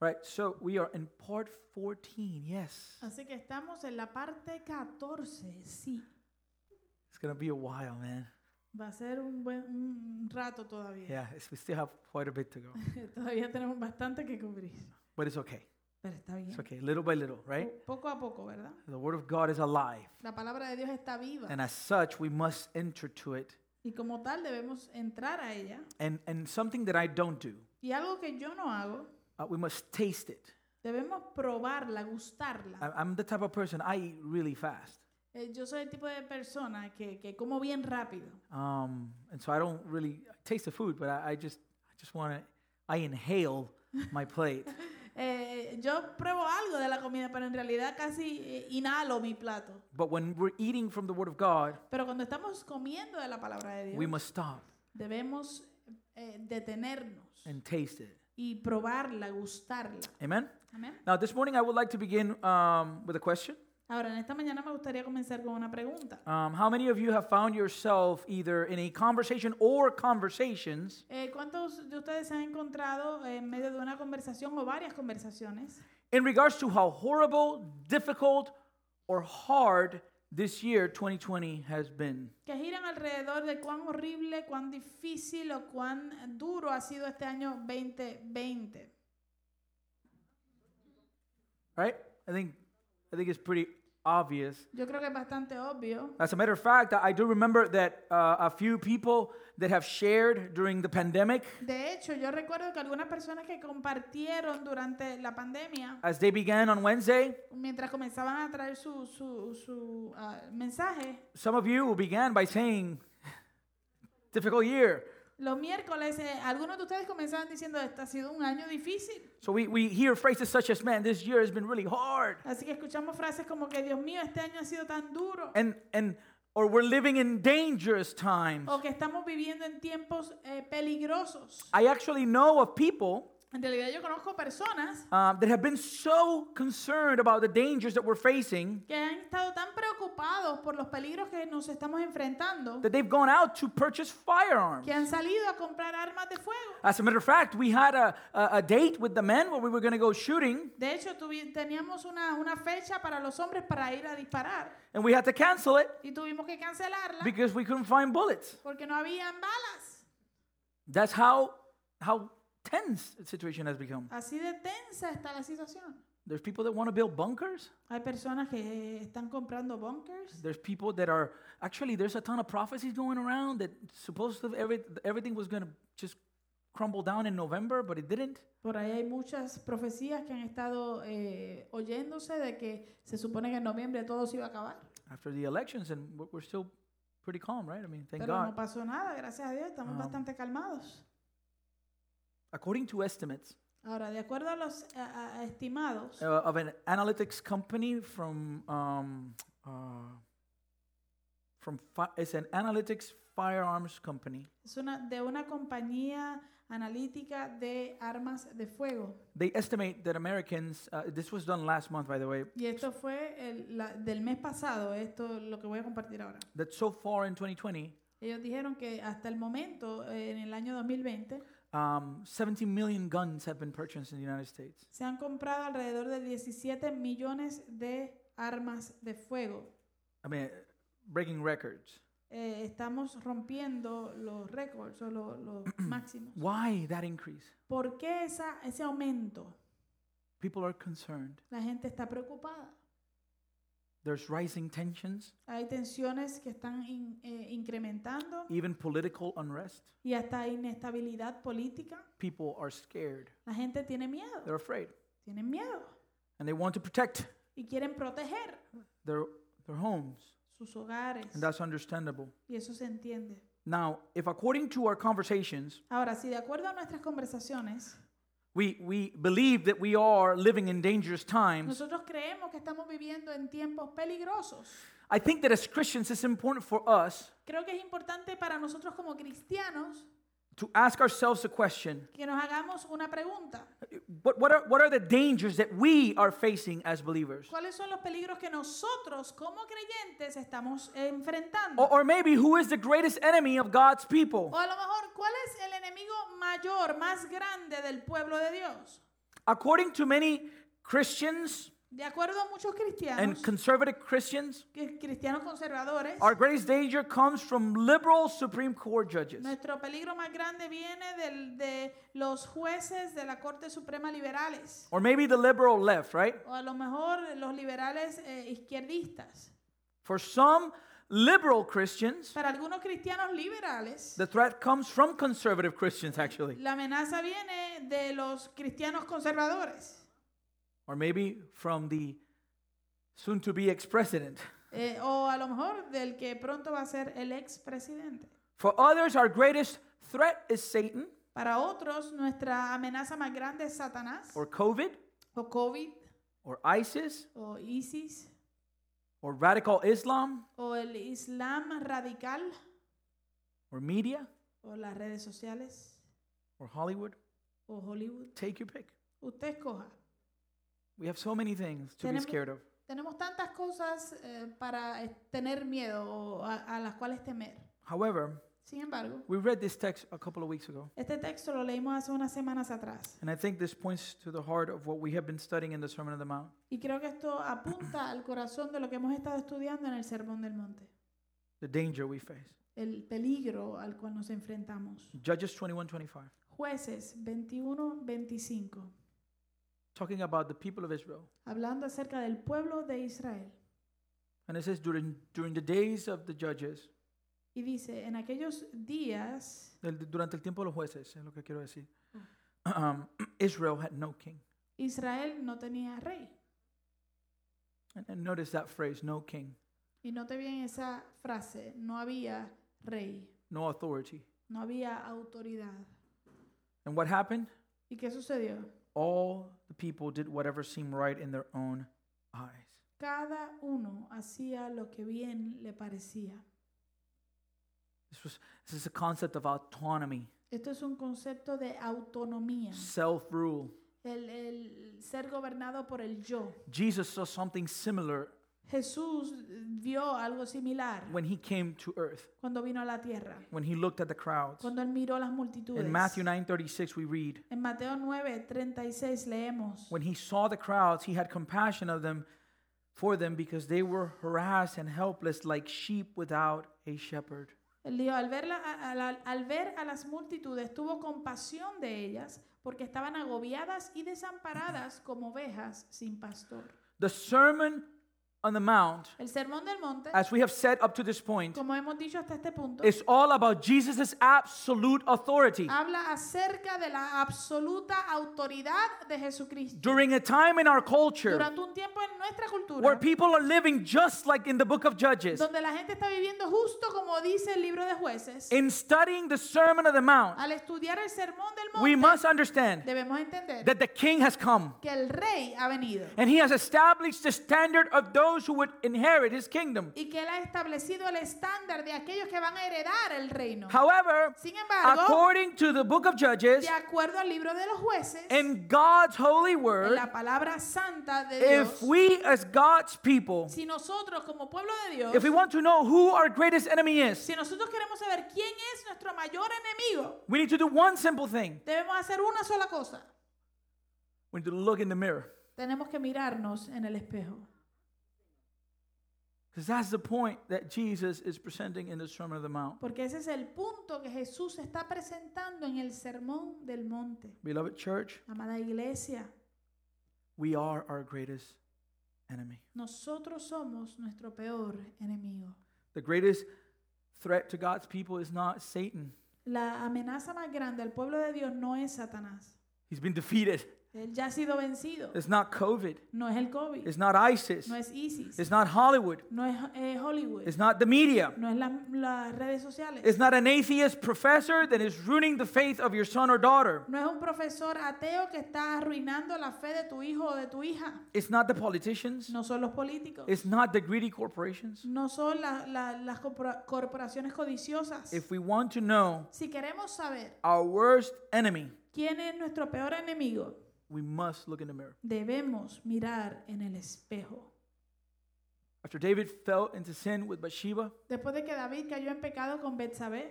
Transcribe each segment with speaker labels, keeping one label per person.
Speaker 1: All right, so we are in part 14. Yes.
Speaker 2: Así que estamos en la parte 14, sí.
Speaker 1: It's going to be a while, man.
Speaker 2: Va a ser un buen un rato todavía.
Speaker 1: Yeah, it's, we still have quite a bit to go,
Speaker 2: todavía tenemos bastante que cubrir.
Speaker 1: but it's okay.
Speaker 2: Pero está bien.
Speaker 1: It's okay, little by little, right?
Speaker 2: Po- Poco a poco, ¿verdad?
Speaker 1: The Word of God is alive,
Speaker 2: La palabra de Dios está viva
Speaker 1: and as such, we must enter to it.
Speaker 2: y como tal debemos entrar a ella.
Speaker 1: And, and something that I don't do,
Speaker 2: Y algo que yo no hago,
Speaker 1: uh, we must taste it.
Speaker 2: debemos probarla, gustarla.
Speaker 1: I, I'm the type of person, I eat really fast.
Speaker 2: Eh, yo soy el tipo de persona que, que como bien rápido.
Speaker 1: Um, and so I don't really taste the food, but I, I just, I just want to, I inhale my plate.
Speaker 2: Eh, yo pruebo algo de la comida, pero en realidad casi eh, inhalo mi plato.
Speaker 1: But when we're eating from the Word of God,
Speaker 2: Pero cuando estamos comiendo de la palabra de
Speaker 1: we
Speaker 2: Dios,
Speaker 1: must stop
Speaker 2: debemos eh, detenernos
Speaker 1: and taste it.
Speaker 2: y probarla, gustarla.
Speaker 1: Amen.
Speaker 2: Amén.
Speaker 1: Now, this morning, I would like to begin um, with a question.
Speaker 2: Ahora, en esta mañana me gustaría comenzar con una pregunta.
Speaker 1: Um, how many of you have found yourself either in a conversation or conversations
Speaker 2: Eh, ¿Cuántos de ustedes se han encontrado en medio de una conversación o varias conversaciones
Speaker 1: in regards to how horrible, difficult, or hard this year 2020 has been?
Speaker 2: que giran alrededor de cuán horrible, cuán difícil o cuán duro ha sido este año 2020?
Speaker 1: Right? I think I think it's pretty obvious.
Speaker 2: Yo creo que es bastante obvio.
Speaker 1: As a matter of fact, I I do remember that uh, a few people that have shared during the pandemic
Speaker 2: De hecho, yo recuerdo que algunas personas que compartieron durante la pandemia,
Speaker 1: as they began on Wednesday.
Speaker 2: mientras comenzaban a traer su, su, su ah, mensaje,
Speaker 1: Some of you began by saying, "Difficult year."
Speaker 2: los miércoles, eh, algunos de ustedes comenzaban diciendo, este ha sido un año difícil.
Speaker 1: So we, we hear phrases such as, man, this year has been really hard.
Speaker 2: Así que escuchamos frases como que, Dios mío, este año ha sido tan duro.
Speaker 1: And, and, or we're living in dangerous times.
Speaker 2: O que estamos viviendo en tiempos eh, peligrosos.
Speaker 1: I actually know of people
Speaker 2: En realidad yo conozco personas
Speaker 1: uh, that have been so concerned about the dangers that we're facing
Speaker 2: que han estado tan preocupados por los peligros que nos estamos enfrentando
Speaker 1: that they've gone out to purchase firearms.
Speaker 2: que han salido a comprar armas de fuego.
Speaker 1: As a matter of fact, we had a, a, a date with the men where we were going to go shooting
Speaker 2: De hecho, tuvi- teníamos una, una fecha para los hombres para ir a disparar
Speaker 1: and we had to cancel it
Speaker 2: y tuvimos que cancelarla
Speaker 1: because we couldn't find bullets.
Speaker 2: porque no habían balas.
Speaker 1: That's how, how tense the situation has become.
Speaker 2: Así de tensa está la situación.
Speaker 1: There's people that want to build bunkers.
Speaker 2: Hay personas que eh, están comprando bunkers.
Speaker 1: There's people that are actually there's a ton of prophecies going around that supposed to every, everything was going to just crumble down in November, but it didn't.
Speaker 2: Por ahí hay muchas profecías que han estado eh, oyéndose de que se supone que en noviembre todo se iba a acabar.
Speaker 1: After the elections, and we're- we're still pretty calm, right? I mean, thank
Speaker 2: Pero no
Speaker 1: God.
Speaker 2: pasó nada, gracias a Dios, estamos
Speaker 1: Ah.
Speaker 2: bastante calmados.
Speaker 1: According to estimates
Speaker 2: Ahora, de acuerdo a los a- a- a estimados
Speaker 1: uh, of an analytics company from um, uh, from fi- it's an analytics firearms company.
Speaker 2: es una, de una compañía analítica de armas de fuego.
Speaker 1: They estimate that Americans. Uh, this was done last month, by the way.
Speaker 2: Y esto fue el- la- del mes pasado, esto es lo que voy a compartir ahora.
Speaker 1: That so far in 2020,
Speaker 2: Ellos dijeron que hasta el momento, eh, en el año 2020,
Speaker 1: um, 17 million guns have been purchased in the United States.
Speaker 2: se han comprado alrededor de 17 millones de armas de fuego.
Speaker 1: I mean, breaking records.
Speaker 2: Eh, estamos rompiendo los récords o lo- los máximos.
Speaker 1: Why that increase?
Speaker 2: ¿Por qué esa, ese aumento?
Speaker 1: People are concerned.
Speaker 2: La gente está preocupada.
Speaker 1: There's rising tensions,
Speaker 2: Hay tensiones que están in- eh, incrementando
Speaker 1: even political unrest.
Speaker 2: y hasta inestabilidad política.
Speaker 1: People are scared.
Speaker 2: La gente tiene miedo,
Speaker 1: They're afraid.
Speaker 2: tienen miedo
Speaker 1: And they want to protect
Speaker 2: y quieren proteger
Speaker 1: their, their homes.
Speaker 2: sus hogares.
Speaker 1: And that's understandable.
Speaker 2: Y eso se entiende.
Speaker 1: Now, if according to our conversations,
Speaker 2: Ahora, si de acuerdo a nuestras conversaciones,
Speaker 1: we, we believe that we are living in dangerous times,
Speaker 2: nosotros creemos que estamos viviendo en tiempos peligrosos.
Speaker 1: I think that as Christians, it's important for us
Speaker 2: Creo que es importante para nosotros como cristianos
Speaker 1: to ask ourselves a question
Speaker 2: que nos hagamos una pregunta.
Speaker 1: what, what, are, what are the dangers that we are facing as believers?
Speaker 2: ¿Cuáles son los peligros que nosotros como creyentes estamos enfrentando?
Speaker 1: Or, or maybe who is the greatest enemy of God's people?
Speaker 2: O a lo mejor, ¿cuál es el enemigo mayor, más grande del pueblo de Dios?
Speaker 1: according to many Christians
Speaker 2: De acuerdo a muchos cristianos,
Speaker 1: and conservative Christians,
Speaker 2: que- cristianos conservadores,
Speaker 1: our greatest danger comes from liberal Supreme Court judges.
Speaker 2: nuestro peligro más grande viene del- de los jueces de la Corte Suprema liberales,
Speaker 1: Or maybe the liberal left, right?
Speaker 2: o a lo mejor los liberales eh, izquierdistas.
Speaker 1: For some liberal Christians,
Speaker 2: Para algunos cristianos liberales,
Speaker 1: the threat comes from conservative Christians, actually.
Speaker 2: la amenaza viene de los cristianos conservadores,
Speaker 1: Or maybe from the soon to be ex president.
Speaker 2: eh, o a lo mejor del que pronto va a ser el expresidente.
Speaker 1: For others, our greatest threat is Satan
Speaker 2: Para otros, nuestra amenaza más grande es Satanás,
Speaker 1: or COVID
Speaker 2: o COVID,
Speaker 1: or ISIS
Speaker 2: o ISIS,
Speaker 1: or radical Islam
Speaker 2: o el Islam radical,
Speaker 1: or media
Speaker 2: o las redes sociales,
Speaker 1: or Hollywood.
Speaker 2: o Hollywood.
Speaker 1: Take your pick.
Speaker 2: Usted escoja.
Speaker 1: We have so many things to be
Speaker 2: Tenemos-
Speaker 1: scared of.
Speaker 2: Tenemos tantas cosas eh, para eh, tener miedo o a, a las cuales temer.
Speaker 1: However,
Speaker 2: Sin embargo,
Speaker 1: we read this text a couple of weeks ago,
Speaker 2: este texto lo leímos hace unas semanas atrás
Speaker 1: and I think this points to the heart of what we have been studying in the Sermon on the Mount.
Speaker 2: y creo que esto apunta al corazón de lo que hemos estado estudiando en el Sermón del Monte,
Speaker 1: the danger we face.
Speaker 2: el peligro al cual nos enfrentamos.
Speaker 1: Judges 21 25,
Speaker 2: Jueces 21-25,
Speaker 1: talking about the people of Israel.
Speaker 2: hablando acerca del pueblo de Israel.
Speaker 1: And it says, during, during the days of the judges,
Speaker 2: Y dice, en aquellos días
Speaker 1: del- durante el tiempo de los jueces, es lo que quiero decir,
Speaker 2: Mm.
Speaker 1: um, Israel had no king.
Speaker 2: Israel no tenía rey.
Speaker 1: And, and notice that phrase, no king,
Speaker 2: Y note bien esa frase, no había rey,
Speaker 1: no authority.
Speaker 2: no había autoridad.
Speaker 1: And what happened?
Speaker 2: ¿Y qué sucedió?
Speaker 1: All the people did whatever seemed right in their own eyes.
Speaker 2: Cada uno hacía lo que bien le parecía.
Speaker 1: This, was, this is a concept of autonomy,
Speaker 2: Esto es un concepto de autonomía,
Speaker 1: self rule.
Speaker 2: el, el ser gobernado por el yo.
Speaker 1: Jesus saw something similar
Speaker 2: Jesús eh, vio algo similar
Speaker 1: when he came to earth,
Speaker 2: cuando vino a la tierra,
Speaker 1: when he looked at the crowds.
Speaker 2: cuando él miró las multitudes.
Speaker 1: In Matthew 9:36 we read,
Speaker 2: En Mateo 9, 36 leemos.
Speaker 1: when he saw the crowds, he had compassion of them for them because they were harassed and helpless like sheep without a shepherd.
Speaker 2: Él dijo, al, verla- a- a- al- al ver a las multitudes, tuvo compasión de ellas porque estaban agobiadas y desamparadas como ovejas sin pastor.
Speaker 1: The Sermon on the Mount,
Speaker 2: El sermón del monte,
Speaker 1: as we have said up to this point,
Speaker 2: como hemos dicho hasta este punto,
Speaker 1: is all about Jesus' absolute authority.
Speaker 2: habla acerca de la absoluta autoridad de Jesucristo.
Speaker 1: During a time in our culture
Speaker 2: Durante un tiempo en nuestra
Speaker 1: where
Speaker 2: cultura,
Speaker 1: people are living just like in the book of Judges,
Speaker 2: donde la gente está viviendo justo como dice el libro de jueces,
Speaker 1: in studying the Sermon on the Mount,
Speaker 2: al estudiar el sermón del
Speaker 1: we
Speaker 2: monte,
Speaker 1: must understand
Speaker 2: debemos entender
Speaker 1: that the King has come.
Speaker 2: que el rey ha venido.
Speaker 1: And he has established the standard of those who would inherit his kingdom.
Speaker 2: y que él ha establecido el estándar de aquellos que van a heredar el reino.
Speaker 1: However,
Speaker 2: Sin embargo,
Speaker 1: according to the book of Judges
Speaker 2: de acuerdo al libro de los jueces, en
Speaker 1: and God's holy word,
Speaker 2: la palabra santa de
Speaker 1: if
Speaker 2: Dios,
Speaker 1: we as God's people,
Speaker 2: si nosotros como pueblo de
Speaker 1: if we
Speaker 2: Dios,
Speaker 1: want to know who our greatest enemy is,
Speaker 2: si nosotros queremos saber quién es nuestro mayor enemigo,
Speaker 1: we need to do one simple thing.
Speaker 2: debemos hacer una sola cosa.
Speaker 1: We need to look in the mirror.
Speaker 2: Tenemos que mirarnos en el espejo.
Speaker 1: Because that's the point that Jesus is presenting in the Sermon on the Mount.
Speaker 2: Porque ese es el punto que Jesús está presentando en el Sermón del Monte.
Speaker 1: Beloved church,
Speaker 2: Amada iglesia,
Speaker 1: we are our greatest enemy.
Speaker 2: nosotros somos nuestro peor enemigo.
Speaker 1: The greatest threat to God's people is not Satan,
Speaker 2: La amenaza más grande al pueblo de Dios no es Satanás.
Speaker 1: he's been defeated.
Speaker 2: Él ya ha sido vencido.
Speaker 1: It's not COVID.
Speaker 2: No es el COVID.
Speaker 1: It's not ISIS.
Speaker 2: No es ISIS.
Speaker 1: It's not Hollywood.
Speaker 2: No es eh, Hollywood.
Speaker 1: It's not the media.
Speaker 2: No es la- las redes sociales.
Speaker 1: It's not an atheist professor that is ruining the faith of your son or daughter.
Speaker 2: No es un profesor ateo que está arruinando la fe de tu hijo o de tu hija.
Speaker 1: It's not the politicians.
Speaker 2: No son los políticos.
Speaker 1: It's not the greedy corporations.
Speaker 2: No son la- la- las corpora- corporaciones codiciosas.
Speaker 1: If we want to know
Speaker 2: Si queremos saber
Speaker 1: our worst enemy,
Speaker 2: quién es nuestro peor enemigo,
Speaker 1: we must look in the mirror.
Speaker 2: debemos mirar en el espejo.
Speaker 1: After David fell into sin with Bathsheba,
Speaker 2: Después de que David cayó en pecado con Betsabé,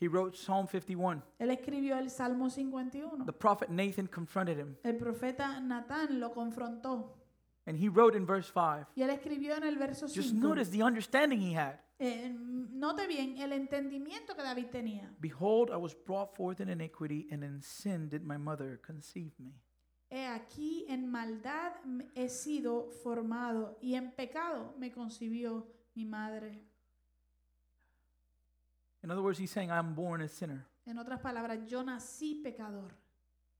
Speaker 1: he He wrote Psalm 51.
Speaker 2: Él escribió el Salmo 51.
Speaker 1: The prophet Nathan confronted him,
Speaker 2: El profeta Natán lo confrontó
Speaker 1: and he wrote in verse 5.
Speaker 2: y él escribió en el verso
Speaker 1: Just
Speaker 2: 5.
Speaker 1: notice the understanding he had.
Speaker 2: Eh, note bien el entendimiento que David tenía.
Speaker 1: Behold, I was brought forth in iniquity, and in sin did my mother conceive me.
Speaker 2: He aquí en maldad m- he sido formado y en pecado me concibió mi madre.
Speaker 1: In other words, he's saying, I'm born a sinner.
Speaker 2: En otras palabras, yo nací pecador.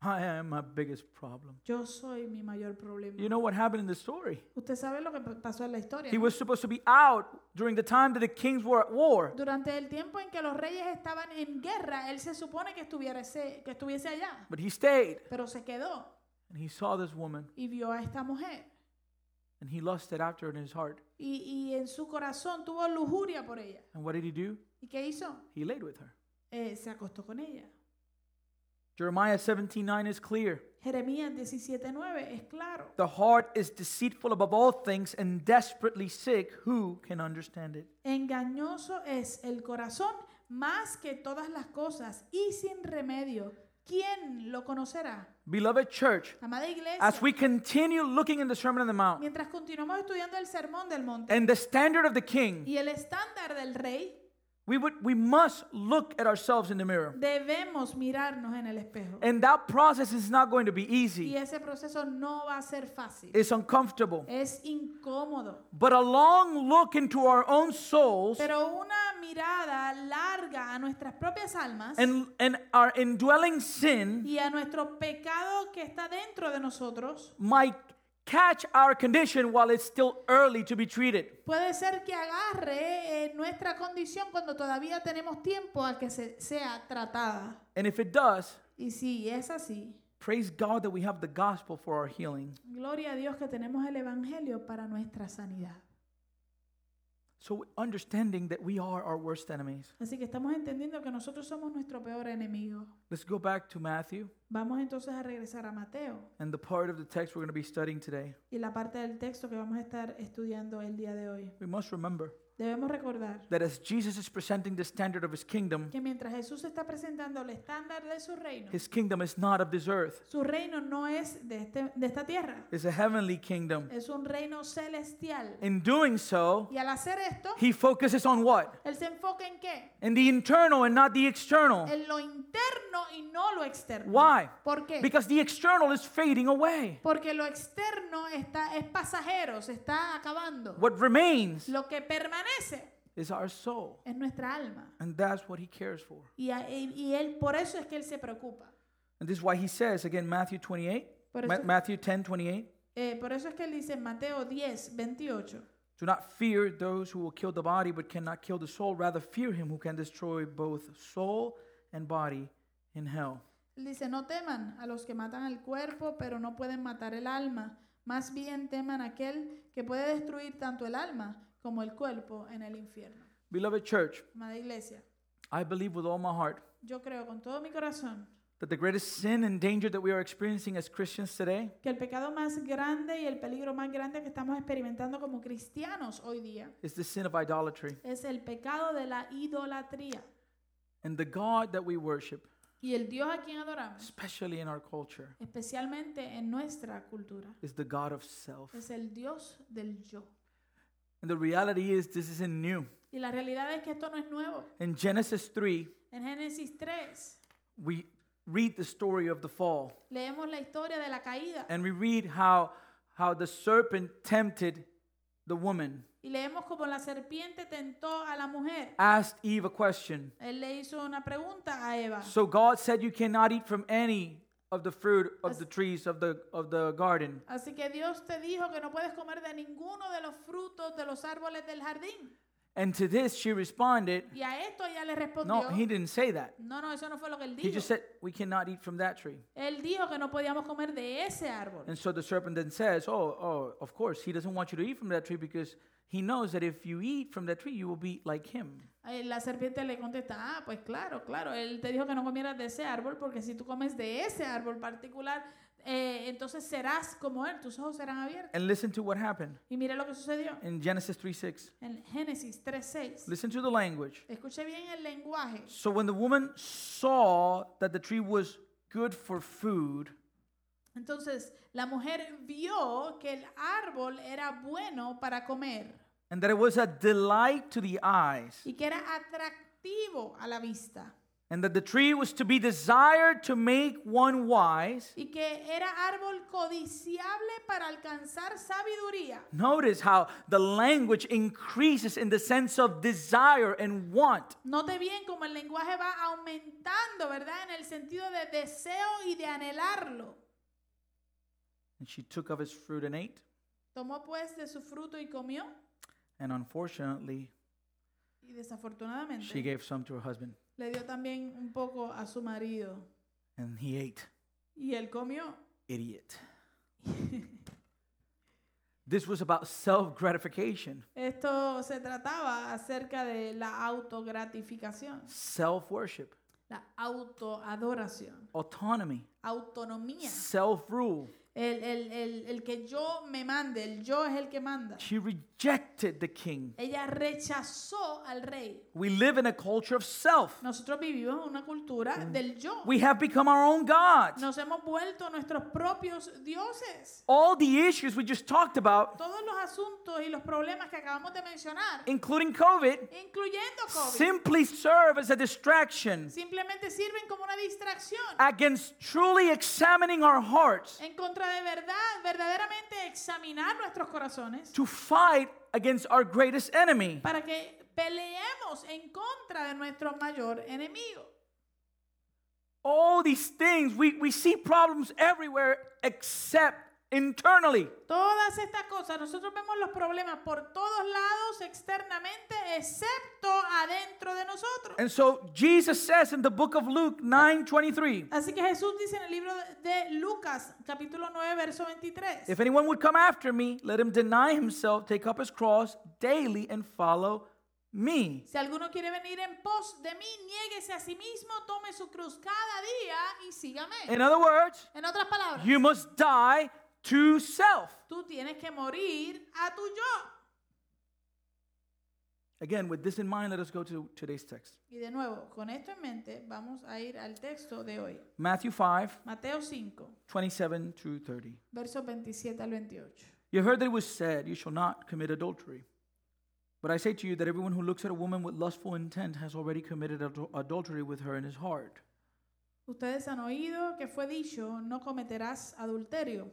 Speaker 1: I am my biggest problem.
Speaker 2: Yo soy mi mayor problema.
Speaker 1: You know what happened in the story?
Speaker 2: Usted sabe lo que pa- pasó en la historia.
Speaker 1: He
Speaker 2: ¿no?
Speaker 1: was supposed to be out during the time that the kings were at war.
Speaker 2: Durante el tiempo en que los reyes estaban en guerra, él se supone que estuviera ese- que estuviese allá,
Speaker 1: But he stayed,
Speaker 2: pero se quedó
Speaker 1: and he saw this woman,
Speaker 2: y vio a esta mujer.
Speaker 1: and he lusted after her in his heart.
Speaker 2: Y, y en su corazón tuvo lujuria por ella.
Speaker 1: And what did he do?
Speaker 2: ¿Y qué hizo?
Speaker 1: He laid with her.
Speaker 2: Eh, se acostó con ella.
Speaker 1: Jeremiah 17:9 is clear.
Speaker 2: Jeremías 17:9 es claro.
Speaker 1: The heart is deceitful above all things and desperately sick. Who can understand it?
Speaker 2: Engañoso es el corazón más que todas las cosas y sin remedio. ¿Quién lo conocerá?
Speaker 1: Beloved church,
Speaker 2: Amada iglesia,
Speaker 1: as we continue looking in the Sermon on the Mount
Speaker 2: mientras continuamos estudiando el sermón del monte
Speaker 1: and the standard of the king,
Speaker 2: y el estándar del rey,
Speaker 1: we would we must look at ourselves in the mirror.
Speaker 2: debemos mirarnos en el espejo.
Speaker 1: And that process is not going to be
Speaker 2: Y
Speaker 1: easy.
Speaker 2: ese proceso no va a ser fácil.
Speaker 1: It's uncomfortable.
Speaker 2: Es incómodo.
Speaker 1: But a long look into our own souls
Speaker 2: Pero una mirada larga a nuestras propias almas
Speaker 1: and, and our indwelling sin
Speaker 2: y a nuestro pecado que está dentro de nosotros
Speaker 1: might catch our condition while it's still early to be treated.
Speaker 2: Puede ser que agarre eh, nuestra condición cuando todavía tenemos tiempo a que se, sea tratada.
Speaker 1: And if it does,
Speaker 2: Y si es así,
Speaker 1: praise God that we have the gospel for our healing.
Speaker 2: gloria a Dios que tenemos el Evangelio para nuestra sanidad.
Speaker 1: So understanding that we are our worst enemies.
Speaker 2: Así que estamos entendiendo que nosotros somos nuestro peor enemigo.
Speaker 1: Let's go back to Matthew
Speaker 2: Vamos entonces a regresar a Mateo
Speaker 1: and the part of the text we're going to be studying today.
Speaker 2: y la parte del texto que vamos a estar estudiando el día de hoy.
Speaker 1: We must remember
Speaker 2: Debemos recordar
Speaker 1: that as Jesus is presenting the standard of his kingdom,
Speaker 2: que mientras Jesús está presentando el estándar de su reino,
Speaker 1: his kingdom is not of this earth.
Speaker 2: su reino no es de, este- de esta tierra,
Speaker 1: It's a heavenly kingdom.
Speaker 2: es un reino celestial.
Speaker 1: In doing so,
Speaker 2: Y al hacer esto,
Speaker 1: he focuses on what?
Speaker 2: Él se enfoca en qué?
Speaker 1: In the internal and not the external.
Speaker 2: En lo interno y no lo externo.
Speaker 1: Why?
Speaker 2: ¿Por qué?
Speaker 1: Because the external is fading away.
Speaker 2: Porque lo externo está es pasajero, se está acabando.
Speaker 1: What remains
Speaker 2: Lo que permanece
Speaker 1: is our soul.
Speaker 2: es nuestra alma.
Speaker 1: And that's what he cares for.
Speaker 2: Y, a- y- y él por eso es que él se preocupa.
Speaker 1: And this is why he says, again, Matthew 28,
Speaker 2: Por
Speaker 1: Ma-
Speaker 2: eso-
Speaker 1: Matthew 10, 28,
Speaker 2: Eh, por eso es que él dice en Mateo 10, 28.
Speaker 1: do not fear those who will kill the body but cannot kill the soul. Rather, fear him who can destroy both soul and body in hell.
Speaker 2: Él dice, no teman a los que matan el cuerpo, pero no pueden matar el alma. Más bien teman a aquel que puede destruir tanto el alma como el cuerpo en el infierno.
Speaker 1: Beloved church,
Speaker 2: Amada iglesia,
Speaker 1: I believe with all my heart
Speaker 2: yo creo con todo mi corazón
Speaker 1: that the greatest sin and danger that we are experiencing as Christians today
Speaker 2: que el pecado más grande y el peligro más grande que estamos experimentando como cristianos hoy día
Speaker 1: is the sin of idolatry.
Speaker 2: es el pecado de la idolatría.
Speaker 1: And the God that we worship,
Speaker 2: Y el Dios a quien adoramos,
Speaker 1: especially in our culture,
Speaker 2: especialmente en nuestra cultura,
Speaker 1: is the God of self.
Speaker 2: es el Dios del yo.
Speaker 1: And the reality is, this isn't new.
Speaker 2: Y la realidad es que esto no es nuevo.
Speaker 1: In Genesis 3,
Speaker 2: En Génesis 3
Speaker 1: we read the story of the fall.
Speaker 2: leemos la historia de la caída
Speaker 1: And we read how, how the serpent tempted the woman,
Speaker 2: y leemos como la serpiente tentó a la mujer.
Speaker 1: asked Eve a question.
Speaker 2: Él le hizo una pregunta a Eva.
Speaker 1: So God said, You cannot eat from any of the fruit of the trees of the, of the garden.
Speaker 2: Así que Dios te dijo que no puedes comer de ninguno de los frutos de los árboles del jardín.
Speaker 1: And to this, she responded,
Speaker 2: Y a esto ella le respondió.
Speaker 1: No, he didn't say that.
Speaker 2: no, no, eso no fue lo que él
Speaker 1: He
Speaker 2: dijo.
Speaker 1: just said, We cannot eat from that tree.
Speaker 2: él dijo que no podíamos comer de ese árbol.
Speaker 1: And so the serpent then says, Oh, oh, of course, he doesn't want you to eat from that tree because he knows that if you eat from that tree, you will be like him.
Speaker 2: Eh, La serpiente le contesta, ah, pues claro, claro, él te dijo que no comieras de ese árbol porque si tú comes de ese árbol particular, eh, entonces serás como él, tus ojos serán abiertos.
Speaker 1: And listen to what happened
Speaker 2: Y mire lo que sucedió
Speaker 1: in Genesis 3:6.
Speaker 2: en Génesis 3:6.
Speaker 1: Listen to the language.
Speaker 2: Escuche bien el lenguaje.
Speaker 1: So when the woman saw that the tree was good for food,
Speaker 2: Entonces, la mujer vio que el árbol era bueno para comer
Speaker 1: and that it was a delight to the eyes,
Speaker 2: y que era atractivo a la vista
Speaker 1: and that the tree was to be desired to make one wise.
Speaker 2: y que era árbol codiciable para alcanzar sabiduría.
Speaker 1: Notice how the language increases in the sense of desire and want.
Speaker 2: Note bien cómo el lenguaje va aumentando, ¿verdad? En el sentido de deseo y de anhelarlo.
Speaker 1: And she took of its fruit and ate.
Speaker 2: Tomó pues de su fruto y comió
Speaker 1: And unfortunately,
Speaker 2: y desafortunadamente
Speaker 1: she gave some to her husband,
Speaker 2: le dio también un poco a su marido
Speaker 1: and he ate.
Speaker 2: y él comió.
Speaker 1: Idiot. this was about self gratification,
Speaker 2: Esto se trataba acerca de la autogratificación,
Speaker 1: self worship,
Speaker 2: la autoadoración,
Speaker 1: autonomy,
Speaker 2: autonomía.
Speaker 1: self rule.
Speaker 2: El, el, el, el que yo me mande, el yo es el que manda.
Speaker 1: She rejected the king.
Speaker 2: Ella rechazó al rey.
Speaker 1: We live in a culture of self.
Speaker 2: Nosotros vivimos en una cultura del yo.
Speaker 1: We have become our own gods.
Speaker 2: Nos hemos vuelto nuestros propios dioses.
Speaker 1: All the issues we just talked about,
Speaker 2: Todos los asuntos y los problemas que acabamos de mencionar,
Speaker 1: including COVID,
Speaker 2: incluyendo COVID,
Speaker 1: simply serve as a distraction
Speaker 2: simplemente sirven como una distracción
Speaker 1: Ah. against truly examining our hearts
Speaker 2: en contra de verdad, verdaderamente examinar nuestros corazones
Speaker 1: to fight against our greatest enemy.
Speaker 2: para que peleemos en contra de nuestro mayor enemigo.
Speaker 1: All these things, we, we see problems everywhere except internally.
Speaker 2: Todas estas cosas, nosotros vemos los problemas por todos lados externamente, excepto adentro de nosotros.
Speaker 1: And so Jesus says in the book of Luke 9:23,
Speaker 2: Así que Jesús dice en el libro de Lucas, capítulo 9, verso 23.
Speaker 1: if anyone would come after me, let him deny himself, take up his cross daily and follow me.
Speaker 2: Si alguno quiere venir en pos de mí, niéguese a sí mismo, tome su cruz cada día y sígame.
Speaker 1: In other words,
Speaker 2: En otras palabras,
Speaker 1: you must die to self.
Speaker 2: tú tienes que morir a tu yo.
Speaker 1: Again, with this in mind, let us go to today's text.
Speaker 2: Y de nuevo, con esto en mente, vamos a ir al texto de hoy.
Speaker 1: Matthew 5,
Speaker 2: Mateo 5,
Speaker 1: 27 to 30.
Speaker 2: versos 27 al 28.
Speaker 1: You heard that it was said, You shall not commit adultery. But I say to you that everyone who looks at a woman with lustful intent has already committed adul- adultery with her in his heart.
Speaker 2: Ustedes han oído que fue dicho, no cometerás adulterio.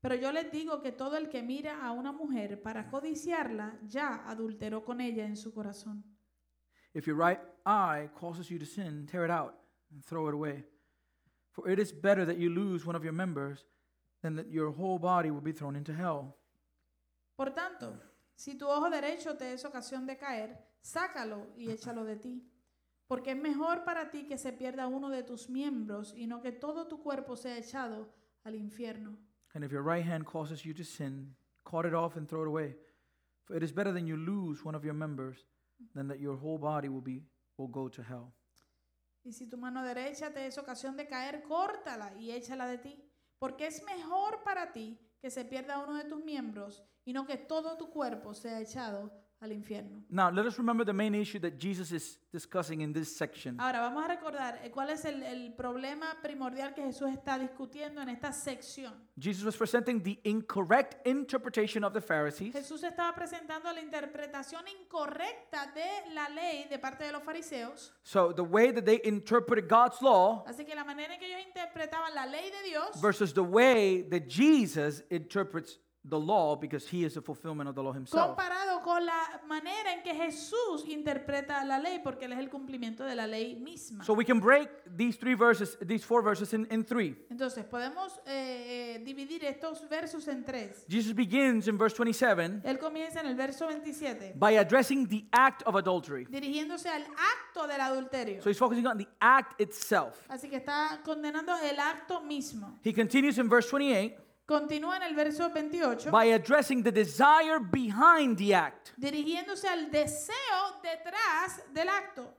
Speaker 2: Pero yo les digo que todo el que mira a una mujer para codiciarla, ya adulteró con ella en su corazón.
Speaker 1: If your right eye causes you to sin, tear it out and throw it away. For it is better that you lose one of your members than that your whole body will be thrown into hell.
Speaker 2: Por tanto, si tu ojo derecho te es ocasión de caer, sácalo y échalo de ti. Porque es mejor para ti que se pierda uno de tus miembros y no que todo tu cuerpo sea echado al infierno.
Speaker 1: And if your right hand causes you to sin, cut it off and throw it away. For it is better than you lose one of your members than that your whole body will be will go to hell.
Speaker 2: Y si tu mano derecha te es ocasión de caer, córtala y échala de ti. Porque es mejor para ti que se pierda uno de tus miembros y no que todo tu cuerpo sea echado al infierno.
Speaker 1: Now, let us remember the main issue that Jesus is discussing in this section.
Speaker 2: Ahora vamos a recordar eh, cuál es el, el problema primordial que Jesús está discutiendo en esta sección.
Speaker 1: Jesus was presenting the incorrect interpretation of the Pharisees,
Speaker 2: Jesús estaba presentando la interpretación incorrecta de la ley de parte de los fariseos.
Speaker 1: so the way that they interpreted God's law
Speaker 2: Así que la manera en que ellos interpretaban la ley de Dios
Speaker 1: versus the way that Jesus interprets the law because he is the fulfillment of the law himself.
Speaker 2: comparado con la manera en que Jesús interpreta la ley porque él es el cumplimiento de la ley misma.
Speaker 1: So we can break these three verses, these four verses in, in three.
Speaker 2: Entonces podemos eh, eh, dividir estos versos en tres.
Speaker 1: Jesus begins in verse 27
Speaker 2: Él comienza en el verso 27
Speaker 1: by addressing the act of adultery.
Speaker 2: dirigiéndose al acto del adulterio.
Speaker 1: So he's focusing on the act itself.
Speaker 2: Así que está condenando el acto mismo.
Speaker 1: He continues in verse 28
Speaker 2: Continúa en el verso 28.
Speaker 1: by addressing the desire behind the act.
Speaker 2: dirigiéndose al deseo detrás del acto.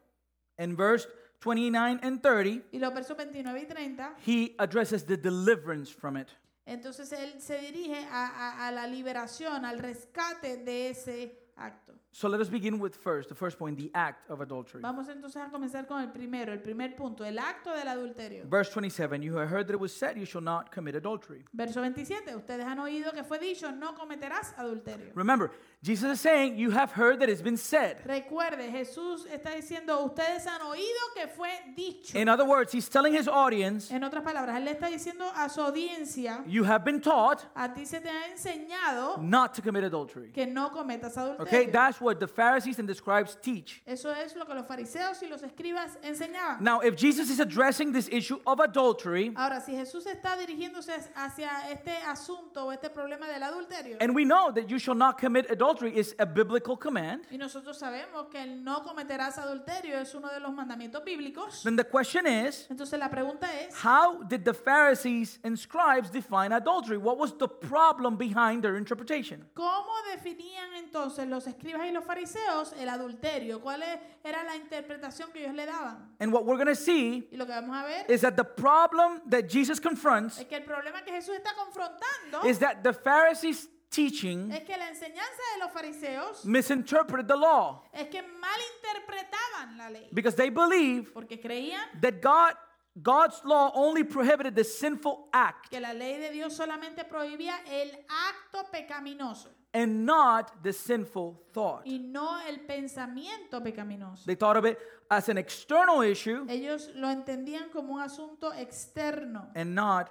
Speaker 1: In verse 29 and 30,
Speaker 2: Y los versos 29 y 30,
Speaker 1: he addresses the deliverance from it.
Speaker 2: entonces él se dirige a, a- a la liberación, al rescate de ese acto.
Speaker 1: So let us begin with first, the first point, the act of adultery.
Speaker 2: Vamos entonces a comenzar con el primero, el primer punto, el acto del adulterio.
Speaker 1: Verse 27, you have heard that it was said, you shall not commit adultery.
Speaker 2: Verso 27, ustedes han oído que fue dicho, no cometerás adulterio.
Speaker 1: Remember, Jesus is saying, you have heard that it's been said.
Speaker 2: Recuerde, Jesús está diciendo, ustedes han oído que fue dicho.
Speaker 1: In other words, he's telling his audience,
Speaker 2: En otras palabras, él le está diciendo a su audiencia,
Speaker 1: you have been taught
Speaker 2: a ti se te ha enseñado
Speaker 1: not to commit adultery.
Speaker 2: que no cometas
Speaker 1: Okay,
Speaker 2: adulterio.
Speaker 1: that's what the Pharisees and the scribes teach.
Speaker 2: Eso es lo que los fariseos y los escribas enseñaban.
Speaker 1: Now, if Jesus is addressing this issue of adultery,
Speaker 2: Ahora, si Jesús está dirigiéndose hacia este asunto o este problema del adulterio,
Speaker 1: and we know that you shall not commit adultery is a biblical command,
Speaker 2: y nosotros sabemos que el no cometerás adulterio es uno de los mandamientos bíblicos,
Speaker 1: then the question is,
Speaker 2: entonces la pregunta es,
Speaker 1: how did the Pharisees and scribes define adultery? What was the problem behind their interpretation?
Speaker 2: ¿Cómo definían entonces los escribas y los fariseos el adulterio? ¿Cuál es- era la interpretación que ellos le daban?
Speaker 1: And what we're going to see
Speaker 2: Y lo que vamos a ver
Speaker 1: is that the problem that Jesus confronts
Speaker 2: es que el problema que Jesús está confrontando
Speaker 1: is that the Pharisees' teaching
Speaker 2: es que la enseñanza de los fariseos
Speaker 1: misinterpreted the law
Speaker 2: es que malinterpretaban la ley,
Speaker 1: because they believe
Speaker 2: porque creían
Speaker 1: that God God's law only prohibited the sinful act
Speaker 2: que la ley de Dios solamente prohibía el acto pecaminoso
Speaker 1: and not the sinful thought.
Speaker 2: y no el pensamiento pecaminoso.
Speaker 1: They thought of it as an external issue
Speaker 2: Ellos lo entendían como un asunto externo
Speaker 1: and not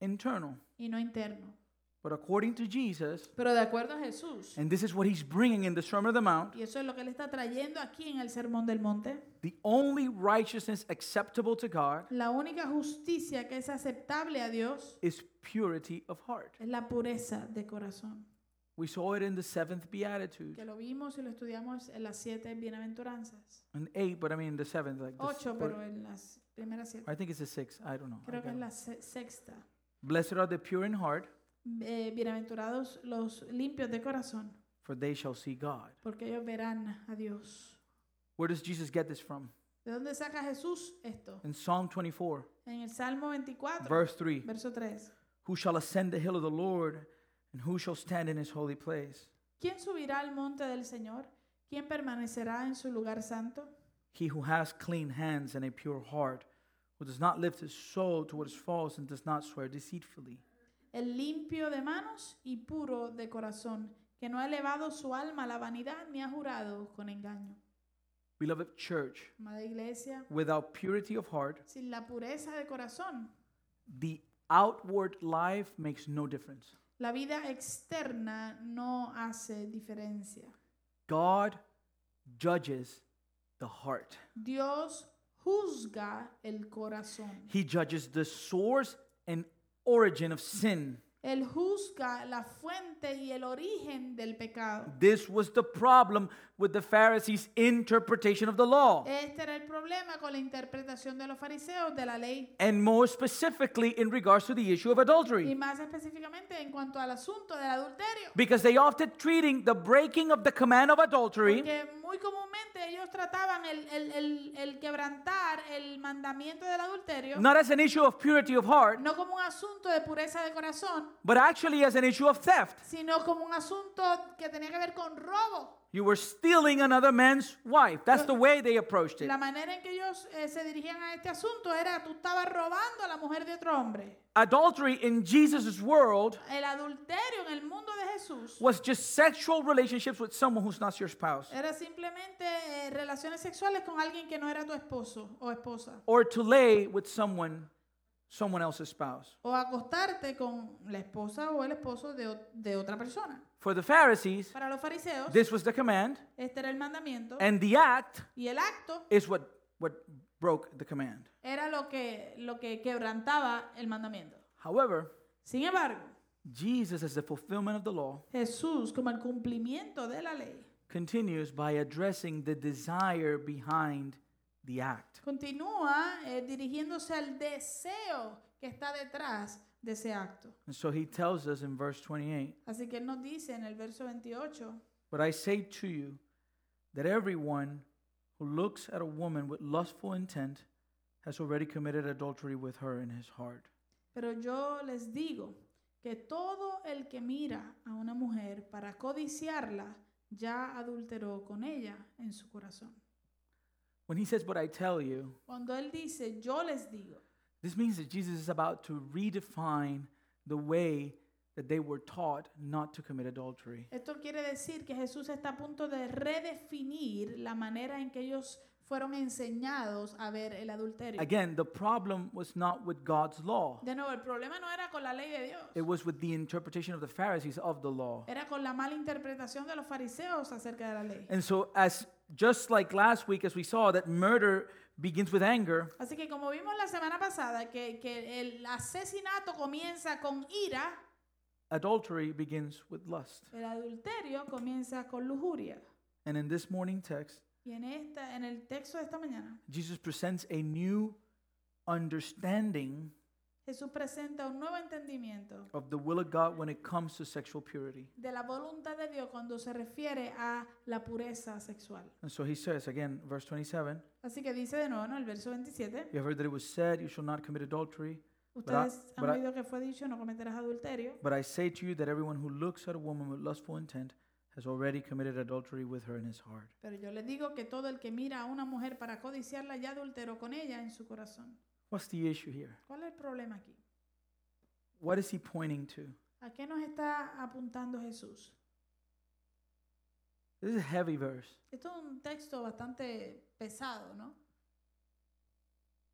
Speaker 1: internal.
Speaker 2: y no interno.
Speaker 1: But according to Jesus,
Speaker 2: Pero de acuerdo a Jesús,
Speaker 1: and this is what he's bringing in the Sermon on the Mount,
Speaker 2: Y eso es lo que él está trayendo aquí en el Sermón del Monte.
Speaker 1: the only righteousness acceptable to God
Speaker 2: La única justicia que es aceptable a Dios
Speaker 1: is purity of heart.
Speaker 2: es la pureza de corazón.
Speaker 1: We saw it in the seventh beatitude
Speaker 2: Que lo vimos y lo estudiamos en las siete bienaventuranzas.
Speaker 1: and eight, but I mean the seventh, like this.
Speaker 2: Ocho, pero en las primeras siete.
Speaker 1: I think it's the sixth. I don't know. I
Speaker 2: Creo que
Speaker 1: got
Speaker 2: es
Speaker 1: it.
Speaker 2: la se- sexta.
Speaker 1: Blessed are the pure in heart,
Speaker 2: Eh, bienaventurados los limpios de corazón,
Speaker 1: for they shall see God.
Speaker 2: porque ellos verán a Dios.
Speaker 1: Where does Jesus get this from?
Speaker 2: ¿De dónde saca Jesús esto?
Speaker 1: In Psalm 24,
Speaker 2: En el Salmo 24,
Speaker 1: verse 3.
Speaker 2: verso 3.
Speaker 1: Who shall ascend the hill of the Lord, and who shall stand in his holy place?
Speaker 2: ¿Quién subirá al monte del Señor? ¿Quién permanecerá en su lugar santo?
Speaker 1: He who has clean hands and a pure heart, who does not lift his soul to what is false and does not swear deceitfully.
Speaker 2: el limpio de manos y puro de corazón, que no ha elevado su alma a la vanidad ni ha jurado con engaño.
Speaker 1: Beloved church,
Speaker 2: Amada iglesia,
Speaker 1: without purity of heart,
Speaker 2: sin la pureza de corazón,
Speaker 1: the outward life makes no difference.
Speaker 2: la vida externa no hace diferencia.
Speaker 1: God judges the heart.
Speaker 2: Dios juzga el corazón.
Speaker 1: He judges the source and origin of sin.
Speaker 2: Él juzga la fuente y el origen del pecado.
Speaker 1: This was the problem with the Pharisees' interpretation of the law,
Speaker 2: Este era el problema con la interpretación de los fariseos de la ley.
Speaker 1: and more specifically in regards to the issue of
Speaker 2: Y
Speaker 1: adultery,
Speaker 2: más específicamente en cuanto al asunto del adulterio.
Speaker 1: because they often treating the breaking of the command of adultery
Speaker 2: Porque muy comúnmente ellos trataban el, el- el- el quebrantar el mandamiento del adulterio no.
Speaker 1: not as an issue of purity of heart,
Speaker 2: como un asunto de pureza de corazón,
Speaker 1: but actually as an issue of theft.
Speaker 2: sino como un asunto que tenía que ver con robo.
Speaker 1: You were stealing another man's wife. That's the way they approached it.
Speaker 2: La manera en que ellos eh, se dirigían a este asunto era tú estabas robando a la mujer de otro hombre.
Speaker 1: Adultery in Jesus' world
Speaker 2: El adulterio en el mundo de Jesús
Speaker 1: was just sexual relationships with someone who's not your spouse,
Speaker 2: era simplemente eh, relaciones sexuales con alguien que no era tu esposo o esposa.
Speaker 1: or to lay with someone, someone else's spouse.
Speaker 2: O acostarte con la esposa o el esposo de o- de otra persona.
Speaker 1: For the Pharisees,
Speaker 2: Para los fariseos,
Speaker 1: this was the command,
Speaker 2: este era el mandamiento.
Speaker 1: and the act
Speaker 2: y el acto
Speaker 1: is what, what broke the command.
Speaker 2: era lo que, lo que quebrantaba el mandamiento.
Speaker 1: However,
Speaker 2: Sin embargo,
Speaker 1: Jesus, as the fulfillment of the law,
Speaker 2: Jesús, como el cumplimiento de la ley,
Speaker 1: continues by addressing the desire behind the act.
Speaker 2: continúa eh, dirigiéndose al deseo que está detrás de ese acto.
Speaker 1: And so he tells us in verse 28
Speaker 2: Así que él nos dice en el verso 28,
Speaker 1: But I say to you that everyone who looks at a woman with lustful intent has already committed adultery with her in his heart.
Speaker 2: Pero yo les digo que todo el que mira a una mujer para codiciarla ya adulteró con ella en su corazón.
Speaker 1: When he says, But I tell you,
Speaker 2: Cuando él dice, yo les digo,
Speaker 1: this means that Jesus is about to redefine the way that they were taught not to commit adultery.
Speaker 2: esto quiere decir que Jesús está a punto de redefinir la manera en que ellos fueron enseñados a ver el adulterio.
Speaker 1: Again, the problem was not with God's law,
Speaker 2: De nuevo, el problema no era con la ley de Dios,
Speaker 1: it was with the interpretation of the Pharisees of the law.
Speaker 2: era con la mala interpretación de los fariseos acerca de la ley.
Speaker 1: And so, as just like last week, as we saw, that murder begins with anger,
Speaker 2: Así que como vimos la semana pasada que, que el asesinato comienza con ira,
Speaker 1: adultery begins with lust.
Speaker 2: el adulterio comienza con lujuria.
Speaker 1: And in this morning text,
Speaker 2: Y en, esta, en el texto de esta mañana,
Speaker 1: Jesus presents a new understanding
Speaker 2: Jesús presenta un nuevo entendimiento
Speaker 1: of the will of God when it comes to sexual purity.
Speaker 2: de la voluntad de Dios cuando se refiere a la pureza sexual.
Speaker 1: And so he says, again, verse 27,
Speaker 2: Así que dice de nuevo en el verso 27,
Speaker 1: you have heard that it was said, you shall not commit adultery.
Speaker 2: ustedes han
Speaker 1: but I-
Speaker 2: oído que fue dicho, no cometerás adulterio,
Speaker 1: But I say to you that everyone who looks at a woman with lustful intent has already committed adultery with her in his heart.
Speaker 2: pero yo les digo que todo el que mira a una mujer para codiciarla ya adulteró con ella en su corazón.
Speaker 1: What's the issue here?
Speaker 2: ¿Cuál es el problema aquí?
Speaker 1: What is he pointing to?
Speaker 2: ¿A qué nos está apuntando Jesús?
Speaker 1: This is a heavy verse.
Speaker 2: Esto es un texto bastante pesado, ¿no?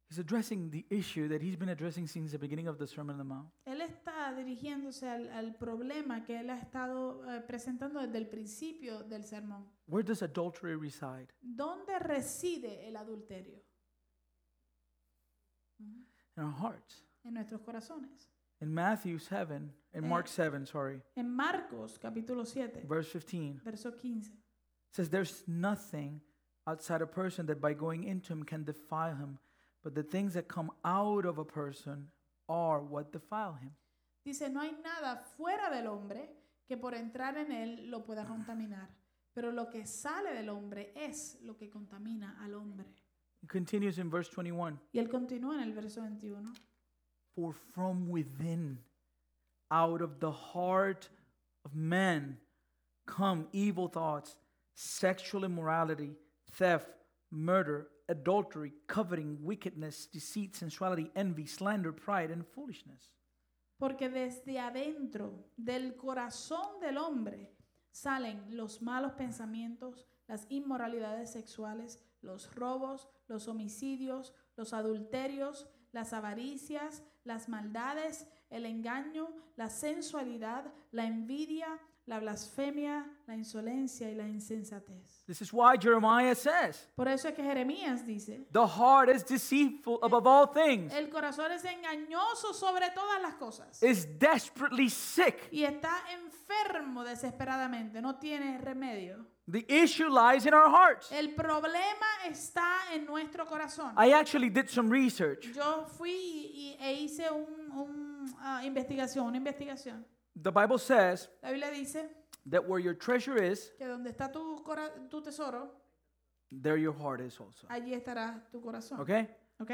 Speaker 1: He's addressing the issue that he's been addressing since the beginning of the Sermon on the Mount.
Speaker 2: Él está dirigiéndose al, al problema que él ha estado eh, presentando desde el principio del sermón.
Speaker 1: Where does adultery reside?
Speaker 2: ¿Dónde reside el adulterio? Ujú.
Speaker 1: In our hearts.
Speaker 2: En nuestros corazones.
Speaker 1: In Matthew 7, in Mark 7, sorry,
Speaker 2: En Marcos capítulo 7,
Speaker 1: verse 15,
Speaker 2: verso 15.
Speaker 1: says, There's nothing outside a person that by going into him can defile him, but the things that come out of a person are what defile him.
Speaker 2: Dice, no hay nada fuera del hombre que por entrar en él lo pueda contaminar, pero lo que sale del hombre es lo que contamina al hombre.
Speaker 1: It continues in verse 21
Speaker 2: Y él continúa en el verso 21.
Speaker 1: For from within, out of the heart of man, come evil thoughts, sexual immorality, theft, murder, adultery, coveting, wickedness, deceit, sensuality, envy, slander, pride, and foolishness.
Speaker 2: Porque desde adentro del corazón del hombre salen los malos pensamientos, las inmoralidades sexuales, los robos, los homicidios, los adulterios, las avaricias, las maldades, el engaño, la sensualidad, la envidia, la blasfemia, la insolencia y la insensatez.
Speaker 1: This is why Jeremiah says,
Speaker 2: Por eso es que Jeremías dice,
Speaker 1: The heart is deceitful above all things,
Speaker 2: el corazón es engañoso sobre todas las cosas.
Speaker 1: is desperately sick.
Speaker 2: y está enfermo desesperadamente, no tiene remedio.
Speaker 1: The issue lies in our hearts.
Speaker 2: El problema está en nuestro corazón.
Speaker 1: I actually did some research.
Speaker 2: Yo fui y- y- e hice un, un, ah, investigación, una investigación.
Speaker 1: The Bible says
Speaker 2: La Biblia dice
Speaker 1: that where your treasure is,
Speaker 2: que donde está tu, cora- tu tesoro,
Speaker 1: there your heart is also.
Speaker 2: allí estará tu corazón.
Speaker 1: Okay?
Speaker 2: ¿Ok?